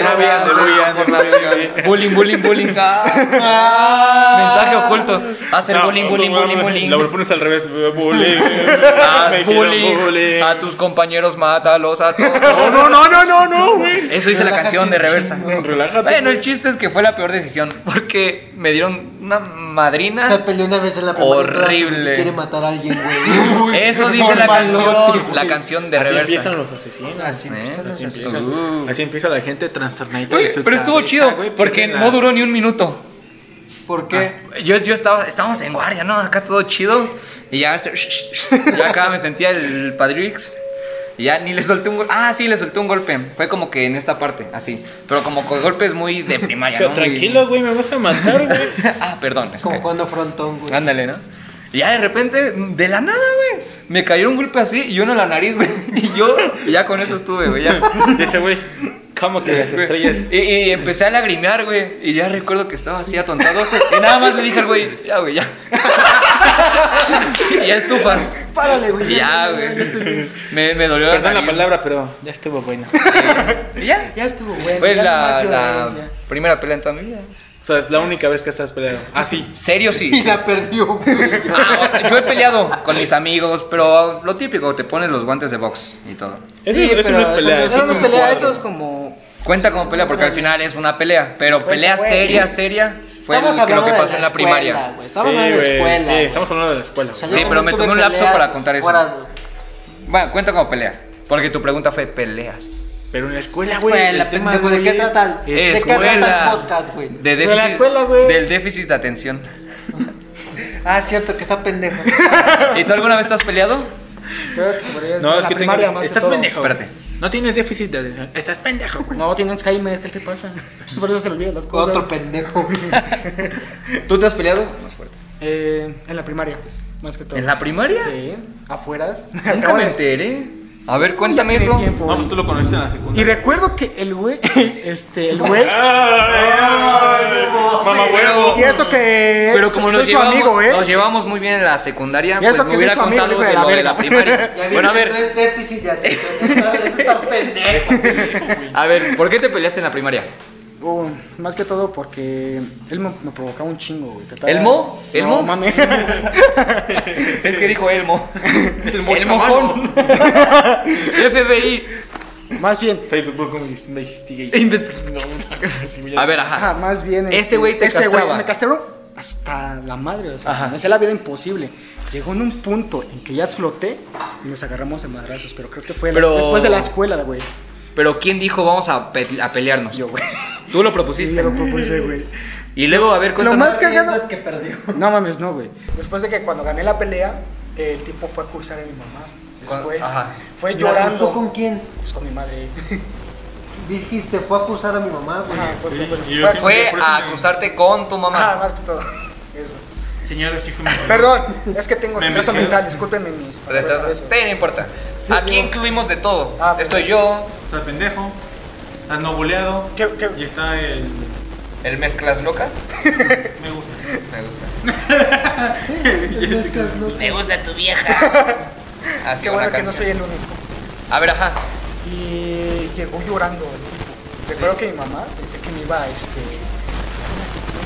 Speaker 2: bullying, bullying, bullying, ah. mensaje oculto, hacer bullying, bullying, bullying,
Speaker 5: Lo
Speaker 2: bullying.
Speaker 5: pones al revés. Bullying. Me
Speaker 2: Haz
Speaker 5: hicieron
Speaker 2: bullying a tus compañeros, mátalos a todos.
Speaker 5: No, no, no, no, no, no, güey.
Speaker 2: Eso hice la canción de reversa.
Speaker 5: Relájate.
Speaker 2: Bueno, el chiste es que fue la peor decisión porque me dieron una
Speaker 3: Se
Speaker 2: madrina.
Speaker 3: peleó una vez en la primera
Speaker 2: Horrible.
Speaker 3: Quiere matar a alguien, güey. Uy,
Speaker 2: Eso dice la
Speaker 3: normalote,
Speaker 2: canción,
Speaker 3: güey.
Speaker 2: la canción de
Speaker 1: Así
Speaker 2: reversa. ¿Eh?
Speaker 1: empiezan los asesinos.
Speaker 3: Así empiezan los
Speaker 1: Así
Speaker 3: asesinos.
Speaker 1: empieza,
Speaker 2: Uh.
Speaker 1: así empieza la gente trastornadita.
Speaker 2: Oye,
Speaker 1: de su
Speaker 2: pero estuvo
Speaker 1: cabeza,
Speaker 2: chido
Speaker 1: güey,
Speaker 2: porque
Speaker 1: pierden la-
Speaker 2: no duró ni un minuto.
Speaker 3: ¿Por qué?
Speaker 1: Ah.
Speaker 2: Yo, yo estaba, estábamos en guardia, ¿no? Acá todo chido. Y ya, ya acá me sentía el Padrix. Y ya ni le solté un golpe. Ah, sí, le solté un golpe. Fue como que en esta parte, así. Pero como con golpes muy de primaria. ¿no? Muy-
Speaker 1: Tranquilo, güey, me vas a matar, güey.
Speaker 2: Ah, perdón. es
Speaker 3: Como
Speaker 2: que-
Speaker 3: jugando frontón,
Speaker 1: Ah.
Speaker 3: güey.
Speaker 2: Ándale, ¿no? Y ya de repente, de la nada, güey, me cayó un golpe así y uno en la nariz, güey. Y yo, y ya con eso estuve, güey. ya.
Speaker 1: Dice, güey, ¿cómo que las estrellas?
Speaker 2: Y, y empecé a lagrimear, güey. Y ya recuerdo que estaba así atontado. Y nada más le dije al güey, ya, güey, ya. y ya estufas.
Speaker 9: Párale, güey.
Speaker 2: Y ya, güey. Me, me dolió la
Speaker 1: Perdón la
Speaker 2: nariz.
Speaker 1: palabra, pero ya estuvo bueno.
Speaker 2: Y ya.
Speaker 9: Ya estuvo bueno.
Speaker 2: Fue
Speaker 9: ya no
Speaker 2: la,
Speaker 9: más
Speaker 2: la
Speaker 9: violencia.
Speaker 2: primera pelea en toda mi vida.
Speaker 1: O sea, es la única vez que estás peleado. Ah, sí.
Speaker 2: Serio, sí.
Speaker 3: Y la perdió, güey.
Speaker 2: Ah, yo he peleado con mis amigos, pero lo típico, te pones los guantes de box y todo.
Speaker 1: Eso,
Speaker 9: Sí,
Speaker 1: eso
Speaker 9: pero
Speaker 1: no es pelea.
Speaker 9: Eso no es
Speaker 1: un
Speaker 9: pelea,
Speaker 1: cuadro.
Speaker 9: eso es como.
Speaker 2: Cuenta como pelea porque al final es una pelea, pero pelea
Speaker 9: güey.
Speaker 2: seria, seria fue el- que lo que
Speaker 3: de
Speaker 2: pasó en la primaria.
Speaker 3: escuela,
Speaker 1: Sí,
Speaker 3: güey. Estamos hablando de
Speaker 1: güey,
Speaker 3: la escuela.
Speaker 1: sí,
Speaker 3: güey.
Speaker 1: estamos hablando de la escuela.
Speaker 3: O
Speaker 1: güey.
Speaker 3: sea, yo
Speaker 2: Sí, pero
Speaker 3: también
Speaker 2: me
Speaker 3: tuve
Speaker 2: tomé un lapso
Speaker 3: peleas
Speaker 2: para contar eso.
Speaker 3: fuera-
Speaker 2: Bueno, cuenta como pelea, porque tu pregunta fue peleas.
Speaker 1: Pero en la escuela, güey.
Speaker 3: Escuela,
Speaker 1: el tema,
Speaker 3: pendejo, ¿de
Speaker 1: güey,
Speaker 3: qué
Speaker 1: es-
Speaker 3: trata? el- ¿De qué trata
Speaker 2: Escuela.
Speaker 3: el podcast, güey?
Speaker 2: De
Speaker 9: De la
Speaker 2: déficit,
Speaker 9: escuela, güey.
Speaker 2: Del déficit de atención.
Speaker 3: Ah, cierto, que está pendejo.
Speaker 2: ¿Y tú alguna vez te has peleado?
Speaker 9: Creo que se podría decir
Speaker 1: No, es
Speaker 9: la
Speaker 1: que tengo.
Speaker 9: primaria más que
Speaker 1: Estás
Speaker 9: todo.
Speaker 1: pendejo. güey.
Speaker 2: Espérate.
Speaker 1: No tienes déficit de atención. Estás pendejo, güey.
Speaker 9: No, tiene Alzheimer, ¿qué te pasa? Por eso se le olvidan las cosas.
Speaker 3: Otro pendejo.
Speaker 2: ¿Tú te has peleado? Más fuerte.
Speaker 9: Eh, en la primaria. más que todo.
Speaker 2: ¿En la primaria?
Speaker 9: Sí, afueras.
Speaker 2: Nunca
Speaker 9: Acabo
Speaker 2: me
Speaker 9: de-
Speaker 2: enteré. A ver, cuéntame eso.
Speaker 9: Tiempo,
Speaker 4: Vamos, tú lo conociste en la
Speaker 9: Y
Speaker 4: secundaria.
Speaker 9: recuerdo que el güey, este, el güey,
Speaker 5: Mamá Ah, huevo.
Speaker 9: y eso que
Speaker 2: Pero
Speaker 9: so-
Speaker 2: como
Speaker 9: soy
Speaker 2: nos
Speaker 9: su
Speaker 2: llevamos,
Speaker 9: amigo, ¿eh?
Speaker 2: nos llevamos muy bien en la secundaria,
Speaker 9: Y eso
Speaker 2: pues
Speaker 9: que
Speaker 2: me hubiera
Speaker 9: soy su amigo,
Speaker 2: contado
Speaker 9: hijo
Speaker 2: de,
Speaker 9: de la
Speaker 2: lo de
Speaker 9: verga.
Speaker 2: la primaria.
Speaker 3: Ya
Speaker 2: bueno, a ver,
Speaker 3: no es déficit de atención. Eso está pendejo.
Speaker 2: a ver, ¿por qué te peleaste en la primaria?
Speaker 9: Uh, más que todo porque él me, me provocaba un chingo, güey. trataba-
Speaker 2: ¿Elmo? ¿Elmo?
Speaker 9: No, mames.
Speaker 2: Es que dijo Elmo. El
Speaker 4: mochamano.
Speaker 2: mojón. FBI.
Speaker 9: más bien,
Speaker 4: Facebook Investigation.
Speaker 2: Investig- A ver,
Speaker 9: ajá,
Speaker 2: ajá.
Speaker 9: más bien.
Speaker 2: Ese
Speaker 9: este,
Speaker 2: güey te
Speaker 9: ese güey
Speaker 2: castraba.
Speaker 9: me castró hasta la madre, o sea,
Speaker 2: Ajá.
Speaker 9: me hacía la vida imposible. Llegó en un punto en que ya exploté y nos agarramos a madrazos, pero creo que fue
Speaker 2: Pero-
Speaker 9: después de la escuela, güey.
Speaker 2: Pero ¿quién dijo vamos a, pe- a pelearnos?
Speaker 9: Yo, güey.
Speaker 2: Tú lo
Speaker 9: Sí,
Speaker 2: propusiste.
Speaker 9: yo lo propuse, güey.
Speaker 2: Y luego, a ver,
Speaker 9: Lo
Speaker 2: cuéntanos.
Speaker 9: más cagado
Speaker 3: es que perdió.
Speaker 9: No mames, no, güey. Después de que cuando gané la pelea, el tipo fue a cursar a mi mamá. Después
Speaker 2: Cu- ajá.
Speaker 9: fue
Speaker 3: ¿La acusó
Speaker 9: llorando.
Speaker 3: con quién?
Speaker 9: Pues con mi madre.
Speaker 3: Dijiste, fue a acusar a mi mamá, güey.
Speaker 9: Ajá, fue- fue-
Speaker 4: y yo
Speaker 9: fue-
Speaker 4: siempre-
Speaker 2: Fue a acusarte con tu
Speaker 9: Ajá,
Speaker 2: mamá.
Speaker 9: más que todo. Eso.
Speaker 4: Señores, hijo mío.
Speaker 9: Perdón, es que tengo
Speaker 4: Me
Speaker 9: retraso
Speaker 4: metí-
Speaker 9: mental, discúlpenme mis palabras a
Speaker 2: Retraso.
Speaker 9: veces.
Speaker 2: Sí, no importa.
Speaker 9: Sí,
Speaker 2: Aquí
Speaker 9: digo-
Speaker 2: incluimos de todo.
Speaker 9: Ah, pues.
Speaker 2: Estoy yo,
Speaker 4: Está pendejo. Está no boleado.
Speaker 9: ¿Qué- qué-
Speaker 4: Y está el.
Speaker 2: el mezclas locas.
Speaker 4: Me gusta.
Speaker 2: Me gusta.
Speaker 3: Sí, es mezclas, ¿no?
Speaker 2: Me gusta tu vieja. Así
Speaker 9: Qué
Speaker 2: va la
Speaker 9: bueno que no
Speaker 2: canción.
Speaker 9: soy el único.
Speaker 2: A ver, ajá.
Speaker 9: Y llegó llorando el tipo. Recuerdo que mi mamá pensé que me iba a este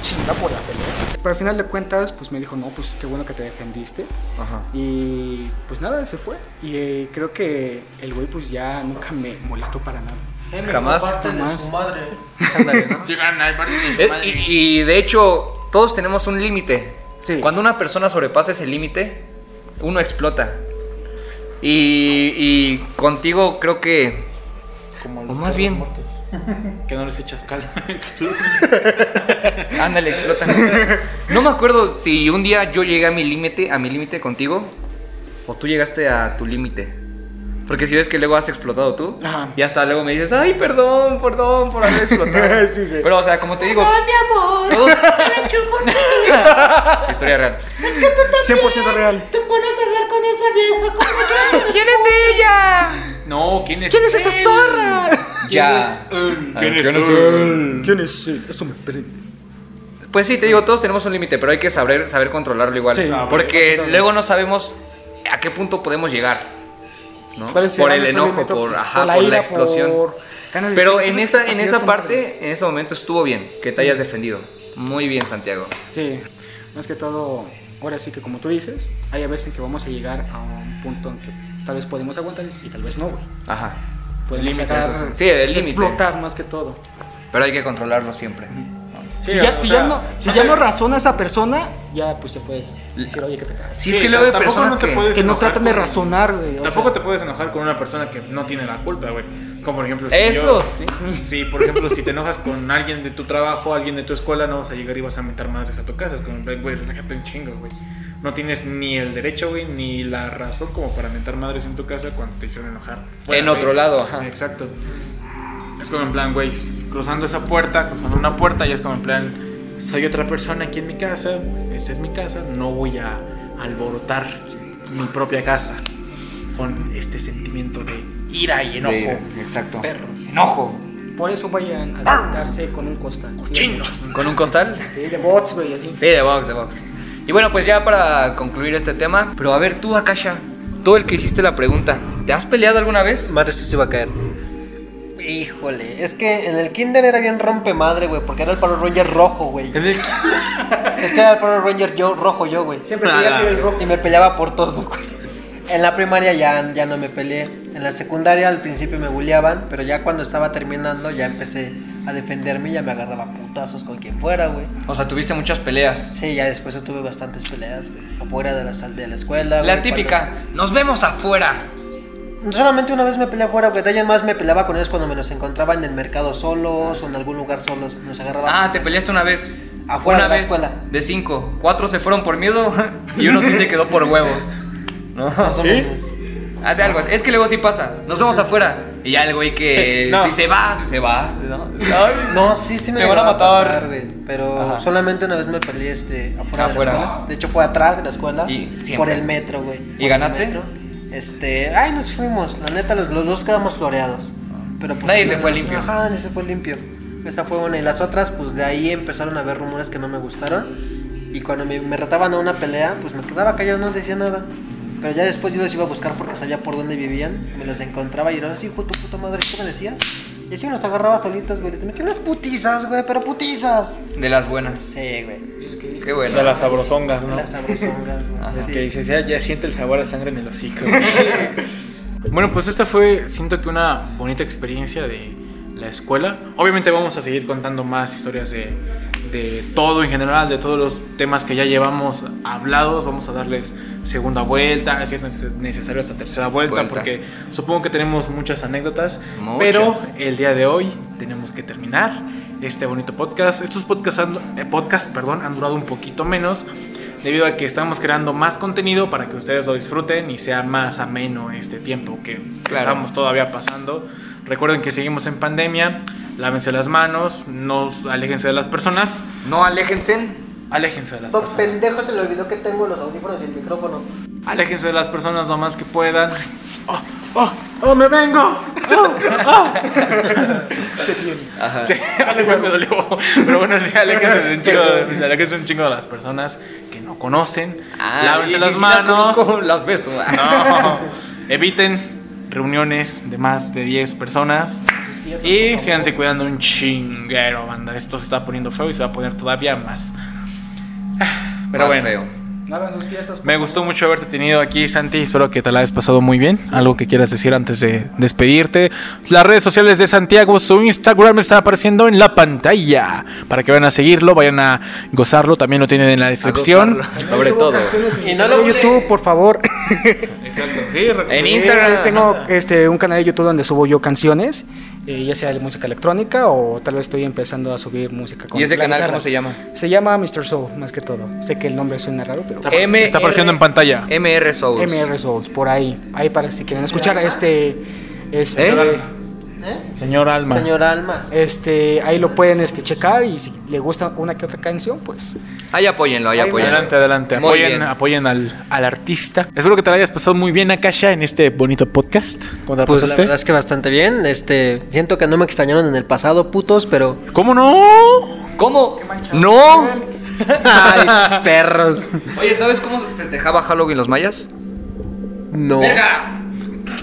Speaker 9: chinga por la pelea. Pero al final de cuentas, pues me dijo, no, pues qué bueno que te defendiste.
Speaker 2: Ajá.
Speaker 9: Y pues nada, se fue. Y eh, creo que el güey pues ya nunca me molestó para nada.
Speaker 2: Jamás,
Speaker 3: Parte de
Speaker 9: jamás.
Speaker 3: su madre.
Speaker 2: Ándale, ¿no?
Speaker 4: Llegan al bar de
Speaker 2: Es-
Speaker 4: su madre.
Speaker 2: Eh, y, y de hecho, todos tenemos un límite.
Speaker 9: Sí.
Speaker 2: Cuando una persona sobrepasa ese límite, uno explota. Y, y contigo creo que...
Speaker 4: Como
Speaker 2: o Pues, más bien-
Speaker 4: perros muertos, Que no les echas cal.
Speaker 2: Ándale, explota. No me acuerdo si un día yo llegué a mi límite, a mi límite contigo, o tú llegaste a tu límite. Porque si ves que luego has explotado tú,
Speaker 9: Ajá.
Speaker 2: y hasta luego me dices, ay, perdón, perdón por haber explotado.
Speaker 9: Sí, güey.
Speaker 2: Pero, o sea, como te digo... mi amor! Historia real.
Speaker 9: 100% real.
Speaker 2: ¿Quién es ella?
Speaker 4: No, ¿quién es?
Speaker 9: ¿Quién es esa zorra?
Speaker 2: Ya.
Speaker 4: Ah, ¿Quién es?
Speaker 9: ¿Quién es él? Eso me prende.
Speaker 2: Pues sí, te digo, todos tenemos un límite, pero hay que saber, saber controlarlo igual.
Speaker 9: Sí,
Speaker 2: porque luego no sabemos a qué punto podemos llegar. ¿no?
Speaker 9: ¿Cuál es
Speaker 2: Por el
Speaker 9: nuestro
Speaker 2: enojo,
Speaker 9: límite?
Speaker 2: por, ajá, por la,
Speaker 9: ira,
Speaker 2: explosión.
Speaker 9: por ganas de
Speaker 2: Pero
Speaker 9: decir,
Speaker 2: en
Speaker 9: "¿Sabes
Speaker 2: esa,
Speaker 9: qué?
Speaker 2: en
Speaker 9: Te
Speaker 2: esa
Speaker 9: quiero tomar".
Speaker 2: parte, en ese momento estuvo bien, que te hayas defendido. Muy bien, Santiago.
Speaker 9: Sí, más que todo, ahora sí que como tú dices, hay a veces en que vamos a llegar a un punto en que tal vez podemos aguantar y tal vez no, güey.
Speaker 2: Ajá.
Speaker 9: Podemos
Speaker 2: límite,
Speaker 9: acabar-
Speaker 2: eso sí. Sí, el límite.
Speaker 9: Explotar más que todo.
Speaker 2: Pero hay que controlarlo siempre.
Speaker 9: si ya, si ya no, si ya no razona esa persona, ya pues te puedes decir, oye, que te cagas.
Speaker 2: Si es que luego hay personas
Speaker 4: no te
Speaker 2: que...
Speaker 4: puedes
Speaker 9: Que no
Speaker 4: enojar
Speaker 9: tratan de
Speaker 4: con-
Speaker 9: razonar, güey. o
Speaker 4: Tampoco
Speaker 9: sea,
Speaker 4: te puedes enojar con una persona que no tiene la culpa, güey. Como por ejemplo, si
Speaker 2: Eso
Speaker 4: yo-
Speaker 2: sí.
Speaker 4: Sí, por ejemplo, si te enojas con alguien de tu trabajo, alguien de tu escuela, no vas a llegar y vas a meter madres a tu casa. Es como, "Ay, güey, relájate un chingo, güey. No tienes ni el derecho, güey, ni la razón como para meter madres en tu casa cuando te hicieron enojar.
Speaker 2: En otro
Speaker 4: güey.
Speaker 2: lado, ajá.
Speaker 4: Exacto. Es como en plan, güey, cruzando esa puerta, cruzando una puerta, y es como en plan, soy otra persona aquí en mi casa, esta es mi casa, no voy a alborotar mi propia casa con este sentimiento de ira y enojo.
Speaker 2: De- Exacto. Enojo.
Speaker 9: Por eso vayan a tratarse con un costal. Sí,
Speaker 2: ¿Con un costal?
Speaker 9: Sí, de bots, güey, así.
Speaker 2: Sí, de box, de box. Y bueno, pues ya para concluir este tema, pero a ver tú, Akasha, tú el que hiciste la pregunta, ¿te has peleado alguna vez?
Speaker 3: Madre, esto se iba a caer. Híjole, es que en el kinder era bien rompe madre, güey, porque era el Power Ranger rojo, güey. Es que era el Power Ranger yo, rojo yo, güey.
Speaker 9: Siempre quería ser el rojo.
Speaker 3: Y me peleaba por todo, güey. En la primaria ya, ya no me peleé. En la secundaria al principio me bulleaban, pero ya cuando estaba terminando ya empecé a defenderme y ya me agarraba a putazos con quien fuera, güey.
Speaker 2: O sea, tuviste muchas peleas.
Speaker 3: Sí, ya después yo tuve bastantes peleas, güey. Afuera de la, sal- de la escuela, güey,
Speaker 2: La típica, nos vemos afuera.
Speaker 3: cuando- Solamente una vez me peleé afuera, güey. De ahí en más me peleaba con ellos cuando me los encontraba en el mercado solos o en algún lugar solos. Nos agarraban.
Speaker 2: Ah, te peleaste una vez.
Speaker 3: Afuera
Speaker 2: una
Speaker 3: de la
Speaker 2: vez
Speaker 3: escuela.
Speaker 2: De cinco, cuatro se fueron por miedo y uno sí se quedó por huevos.
Speaker 3: Más o menos.
Speaker 2: Hace algo, así. es que luego sí pasa. Nos vemos afuera. Y ya el güey que
Speaker 10: No.
Speaker 2: dice va, se va. ¿no?
Speaker 3: No, sí, sí me,
Speaker 10: Te van a
Speaker 3: llegaba
Speaker 10: matar.
Speaker 3: pasar, güey, pero
Speaker 10: Ajá.
Speaker 3: solamente una vez me peleé este, afuera,
Speaker 2: Afuera.
Speaker 3: de la escuela. De hecho, fue atrás de la escuela.
Speaker 2: Y siempre.
Speaker 3: por el metro, güey. Por el
Speaker 2: ganaste?
Speaker 3: metro. Este, ay, nos fuimos. La neta, los, los dos quedamos floreados. Pero pues,
Speaker 2: Nadie
Speaker 3: al
Speaker 2: se fue
Speaker 3: menos-
Speaker 2: limpio.
Speaker 3: Ajá, nadie se fue limpio. Esa fue una. Y las otras, pues de ahí empezaron a haber rumores que no me gustaron. Y cuando me, me retaban a una pelea, pues me quedaba callado, no decía nada. Pero ya después yo los iba a buscar porque sabía por dónde vivían. Me los encontraba y era así, hijo de tu puta madre, ¿qué me decías? Y así nos agarraba solitos, güey. Les metí unas putizas, güey, pero putizas.
Speaker 2: De las buenas.
Speaker 3: Sí, güey.
Speaker 2: Qué bueno.
Speaker 10: De las sabrosongas, ¿no?
Speaker 3: Las sabrosongas,
Speaker 2: Ajá.
Speaker 3: güey.
Speaker 10: Es
Speaker 3: Sí.
Speaker 10: que dices, ya, ya siente el sabor a sangre en el hocico.
Speaker 1: Bueno, pues esta fue, siento que una bonita experiencia de la escuela. Obviamente vamos a seguir contando más historias de, de todo en general, de todos los temas que ya llevamos hablados. Vamos a darles segunda vuelta, si es neces- necesario hasta tercera vuelta,
Speaker 2: Vuelta.
Speaker 1: porque supongo que tenemos muchas anécdotas.
Speaker 2: Muchas.
Speaker 1: Pero el día de hoy tenemos que terminar este bonito podcast. Estos podcasts, han, eh, podcasts, perdón, han durado un poquito menos debido a que estamos creando más contenido para que ustedes lo disfruten y sea más ameno este tiempo que
Speaker 2: Claro.
Speaker 1: estamos todavía pasando. Recuerden que seguimos en pandemia, lávense las manos, no s- aléjense de las personas,
Speaker 2: No aléjense.
Speaker 1: aléjense de las
Speaker 3: Todo
Speaker 1: personas.
Speaker 3: pendejo se le olvidó que tengo los audífonos y el micrófono.
Speaker 1: Aléjense de las personas lo más que puedan. ¡Oh, oh, oh, me vengo! ¡Oh, oh!
Speaker 2: Ajá.
Speaker 1: Sí, Este, algo me dolió. Pero bueno, sí, aléjense de un chingo, de- aléjense un chingo de las personas que no conocen.
Speaker 2: Ah, y
Speaker 1: Lávense
Speaker 2: si
Speaker 1: las
Speaker 2: sí
Speaker 1: manos.
Speaker 2: conozco, las beso. Ah,
Speaker 1: No, eviten reuniones de más de 10 personas. Y síganse cuidando un chinguero, banda. Esto se está poniendo feo y se va a poner todavía más. Ah, Pero
Speaker 2: Más
Speaker 1: bueno,
Speaker 2: feo.
Speaker 9: No hagan sus fiestas.
Speaker 1: me gustó mucho haberte tenido aquí, Santi. Espero que te la hayas pasado muy bien. Algo que quieras decir antes de despedirte. Las redes sociales de Santiago, su Instagram está apareciendo en la pantalla. Para que vayan a seguirlo, vayan a gozarlo. También lo tienen en la descripción.
Speaker 2: A gozarlo, Sobre todo.
Speaker 3: Y no lo
Speaker 9: YouTube, por favor.
Speaker 1: Exacto. Sí,
Speaker 2: En
Speaker 9: Eh,
Speaker 2: Instagram.
Speaker 9: tengo este, un canal de YouTube donde subo yo canciones, eh, ya sea de música electrónica o tal vez estoy empezando a subir música con
Speaker 2: ¿Y ese
Speaker 9: la
Speaker 2: canal
Speaker 9: guitarra.
Speaker 2: cómo se llama?
Speaker 9: Se llama Mr. Soul, más que todo. Sé que el nombre suena raro, pero...
Speaker 1: Está apareci- está apareciendo en pantalla.
Speaker 2: MR Souls.
Speaker 9: MR Souls, por ahí. Ahí para si quieren escuchar este... Este,
Speaker 2: ¿Eh?
Speaker 3: ¿Eh?
Speaker 1: Señor Alma.
Speaker 3: Señor Almas.
Speaker 10: Eh,
Speaker 9: este, ahí lo pueden este, checar y si le gusta una que otra canción, pues...
Speaker 2: Ahí apóyenlo, ahí apóyenlo.
Speaker 1: Adelante, adelante.
Speaker 2: Muy
Speaker 1: Apoyen,
Speaker 2: bien.
Speaker 1: apoyen al, al artista. Espero que te la hayas pasado muy bien, Akasha, en este bonito podcast. ¿Cómo te la
Speaker 3: Pues la
Speaker 1: pasaste?
Speaker 3: verdad es que bastante bien. Este, siento que no me extrañaron en el pasado, putos, pero.
Speaker 1: ¿Cómo no?
Speaker 2: ¿Cómo? No.
Speaker 3: Ay, perros.
Speaker 2: Oye, ¿sabes cómo festejaba Halloween los mayas?
Speaker 3: No.
Speaker 2: ¡Verga!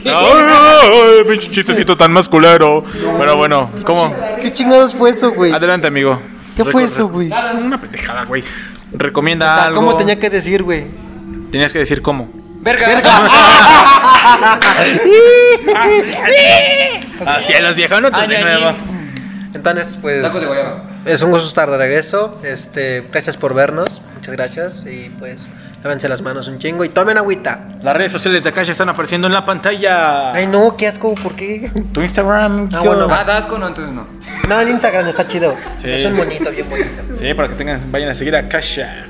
Speaker 1: ¡Ay, ay, pinche chistecito tan masculero! Pero bueno, ¿cómo?
Speaker 3: ¿Qué chingados fue eso, güey?
Speaker 1: Adelante, amigo.
Speaker 3: ¿Qué fue
Speaker 1: Reco-
Speaker 3: eso, güey? O
Speaker 1: Nada, Una pendejada, güey. Recomienda
Speaker 3: sea,
Speaker 1: algo.
Speaker 3: ¿cómo tenía que decir, güey?
Speaker 1: Tenías que decir cómo.
Speaker 2: ¡Verga! ¡Verga!
Speaker 1: Así Ah, a las viejas no te de nuevo.
Speaker 3: Entonces, pues.
Speaker 2: Tacos de guayaba.
Speaker 3: Es un gusto estar de regreso. Este, gracias por vernos. Muchas gracias. Y pues, lávense las manos un chingo y tomen agüita.
Speaker 1: Las redes sociales de Akasha están apareciendo en la pantalla.
Speaker 3: Ay, no, qué asco, ¿por qué?
Speaker 1: Tu Instagram.
Speaker 3: Ah,
Speaker 1: ¿qué
Speaker 3: bueno,
Speaker 1: onda?
Speaker 2: Ah, das con no, entonces no.
Speaker 3: No, el Instagram está chido.
Speaker 1: Sí.
Speaker 3: Es un bonito, bien bonito.
Speaker 1: Sí, para que tengan, vayan a seguir a Kasha.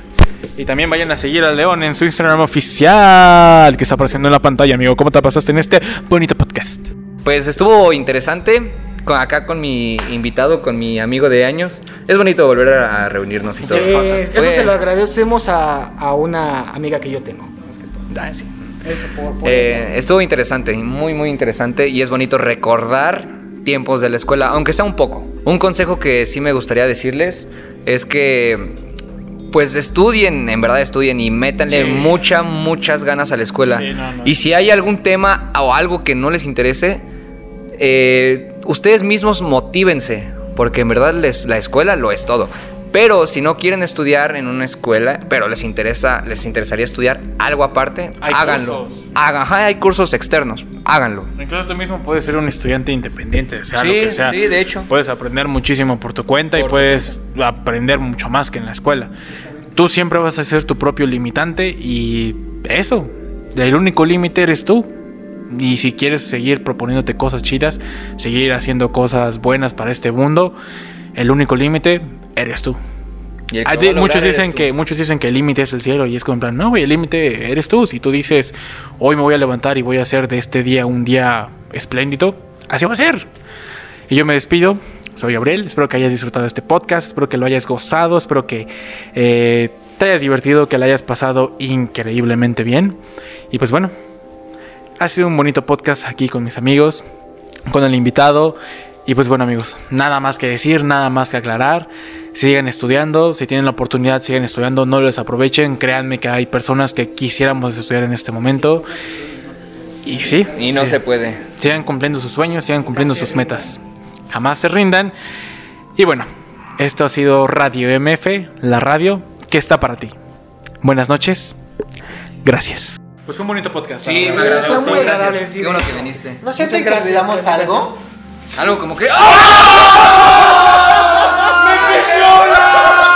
Speaker 1: Y también vayan a seguir a León en su Instagram oficial, que está apareciendo en la pantalla, amigo. ¿Cómo te pasaste en este bonito podcast?
Speaker 2: Pues estuvo interesante. con- acá con mi invitado, con mi amigo de años. Es bonito volver a a reunirnos y todo.
Speaker 9: Eh, eso
Speaker 2: Fue-
Speaker 9: se lo agradecemos a, a una amiga que yo tengo. más que todo.
Speaker 2: Ah, sí.
Speaker 9: Eso, por, por-
Speaker 2: Eh, estuvo interesante, muy muy interesante y es bonito recordar tiempos de la escuela, aunque sea un poco. Un consejo que sí me gustaría decirles es que pues estudien, en verdad estudien y métanle muchas, muchas ganas a la escuela. Y si hay algún tema o algo que no les interese, eh, ustedes mismos motívense, porque en verdad les- la escuela lo es todo. Pero si no quieren estudiar en una escuela, pero les interesa, les interesaría estudiar algo aparte,
Speaker 1: Hay
Speaker 2: háganlo.
Speaker 1: cursos.
Speaker 2: Hagan, ajá, hay cursos externos, háganlo.
Speaker 1: Incluso tú mismo puedes ser un estudiante independiente, sea lo
Speaker 2: Sí,
Speaker 1: que sea.
Speaker 2: sí, de hecho.
Speaker 1: Puedes aprender muchísimo por tu cuenta y
Speaker 2: Por-
Speaker 1: puedes aprender mucho más que en la escuela. Tú siempre vas a ser tu propio limitante y eso. El único límite eres tú. Y si quieres seguir proponiéndote cosas chidas, seguir haciendo cosas buenas para este mundo, el único límite eres tú.
Speaker 2: Y el que
Speaker 1: Ah,
Speaker 2: lo
Speaker 1: di-
Speaker 2: va a
Speaker 1: muchos
Speaker 2: lograr
Speaker 1: dicen
Speaker 2: eres tú.
Speaker 1: que muchos dicen que el límite es el cielo y es como en plan, no, güey, el límite eres tú. Si tú dices, hoy me voy a levantar y voy a hacer de este día un día espléndido,
Speaker 9: Así va a ser. Y yo me despido. Soy Gabriel. Espero que hayas disfrutado este podcast. Espero que lo hayas gozado. Espero que eh, te hayas divertido. Que lo hayas pasado increíblemente bien. Y pues bueno, ha sido un bonito podcast aquí con mis amigos. Con el invitado. Y pues bueno, amigos, nada más que decir, nada más que aclarar. Sigan estudiando, si tienen la oportunidad, sigan estudiando, no les aprovechen. Créanme que hay personas que quisiéramos estudiar en este momento. Y sí.
Speaker 2: Y no
Speaker 9: sí
Speaker 2: se puede.
Speaker 9: sigan cumpliendo sus sueños, sigan cumpliendo sus metas. Jamás se rindan. Y bueno, esto ha sido Radio MF, la radio que está para ti. Buenas noches. Gracias.
Speaker 1: Pues fue un bonito podcast.
Speaker 2: Sí, me
Speaker 3: Fue
Speaker 2: agradó.
Speaker 3: muy
Speaker 2: Gracias.
Speaker 3: agradable, sí,
Speaker 2: Qué
Speaker 3: de
Speaker 2: bueno
Speaker 3: hecho.
Speaker 2: que viniste.
Speaker 3: ¿No sienten que olvidamos algo?
Speaker 2: Algo como que. ¡Ah!
Speaker 11: ¡Llora!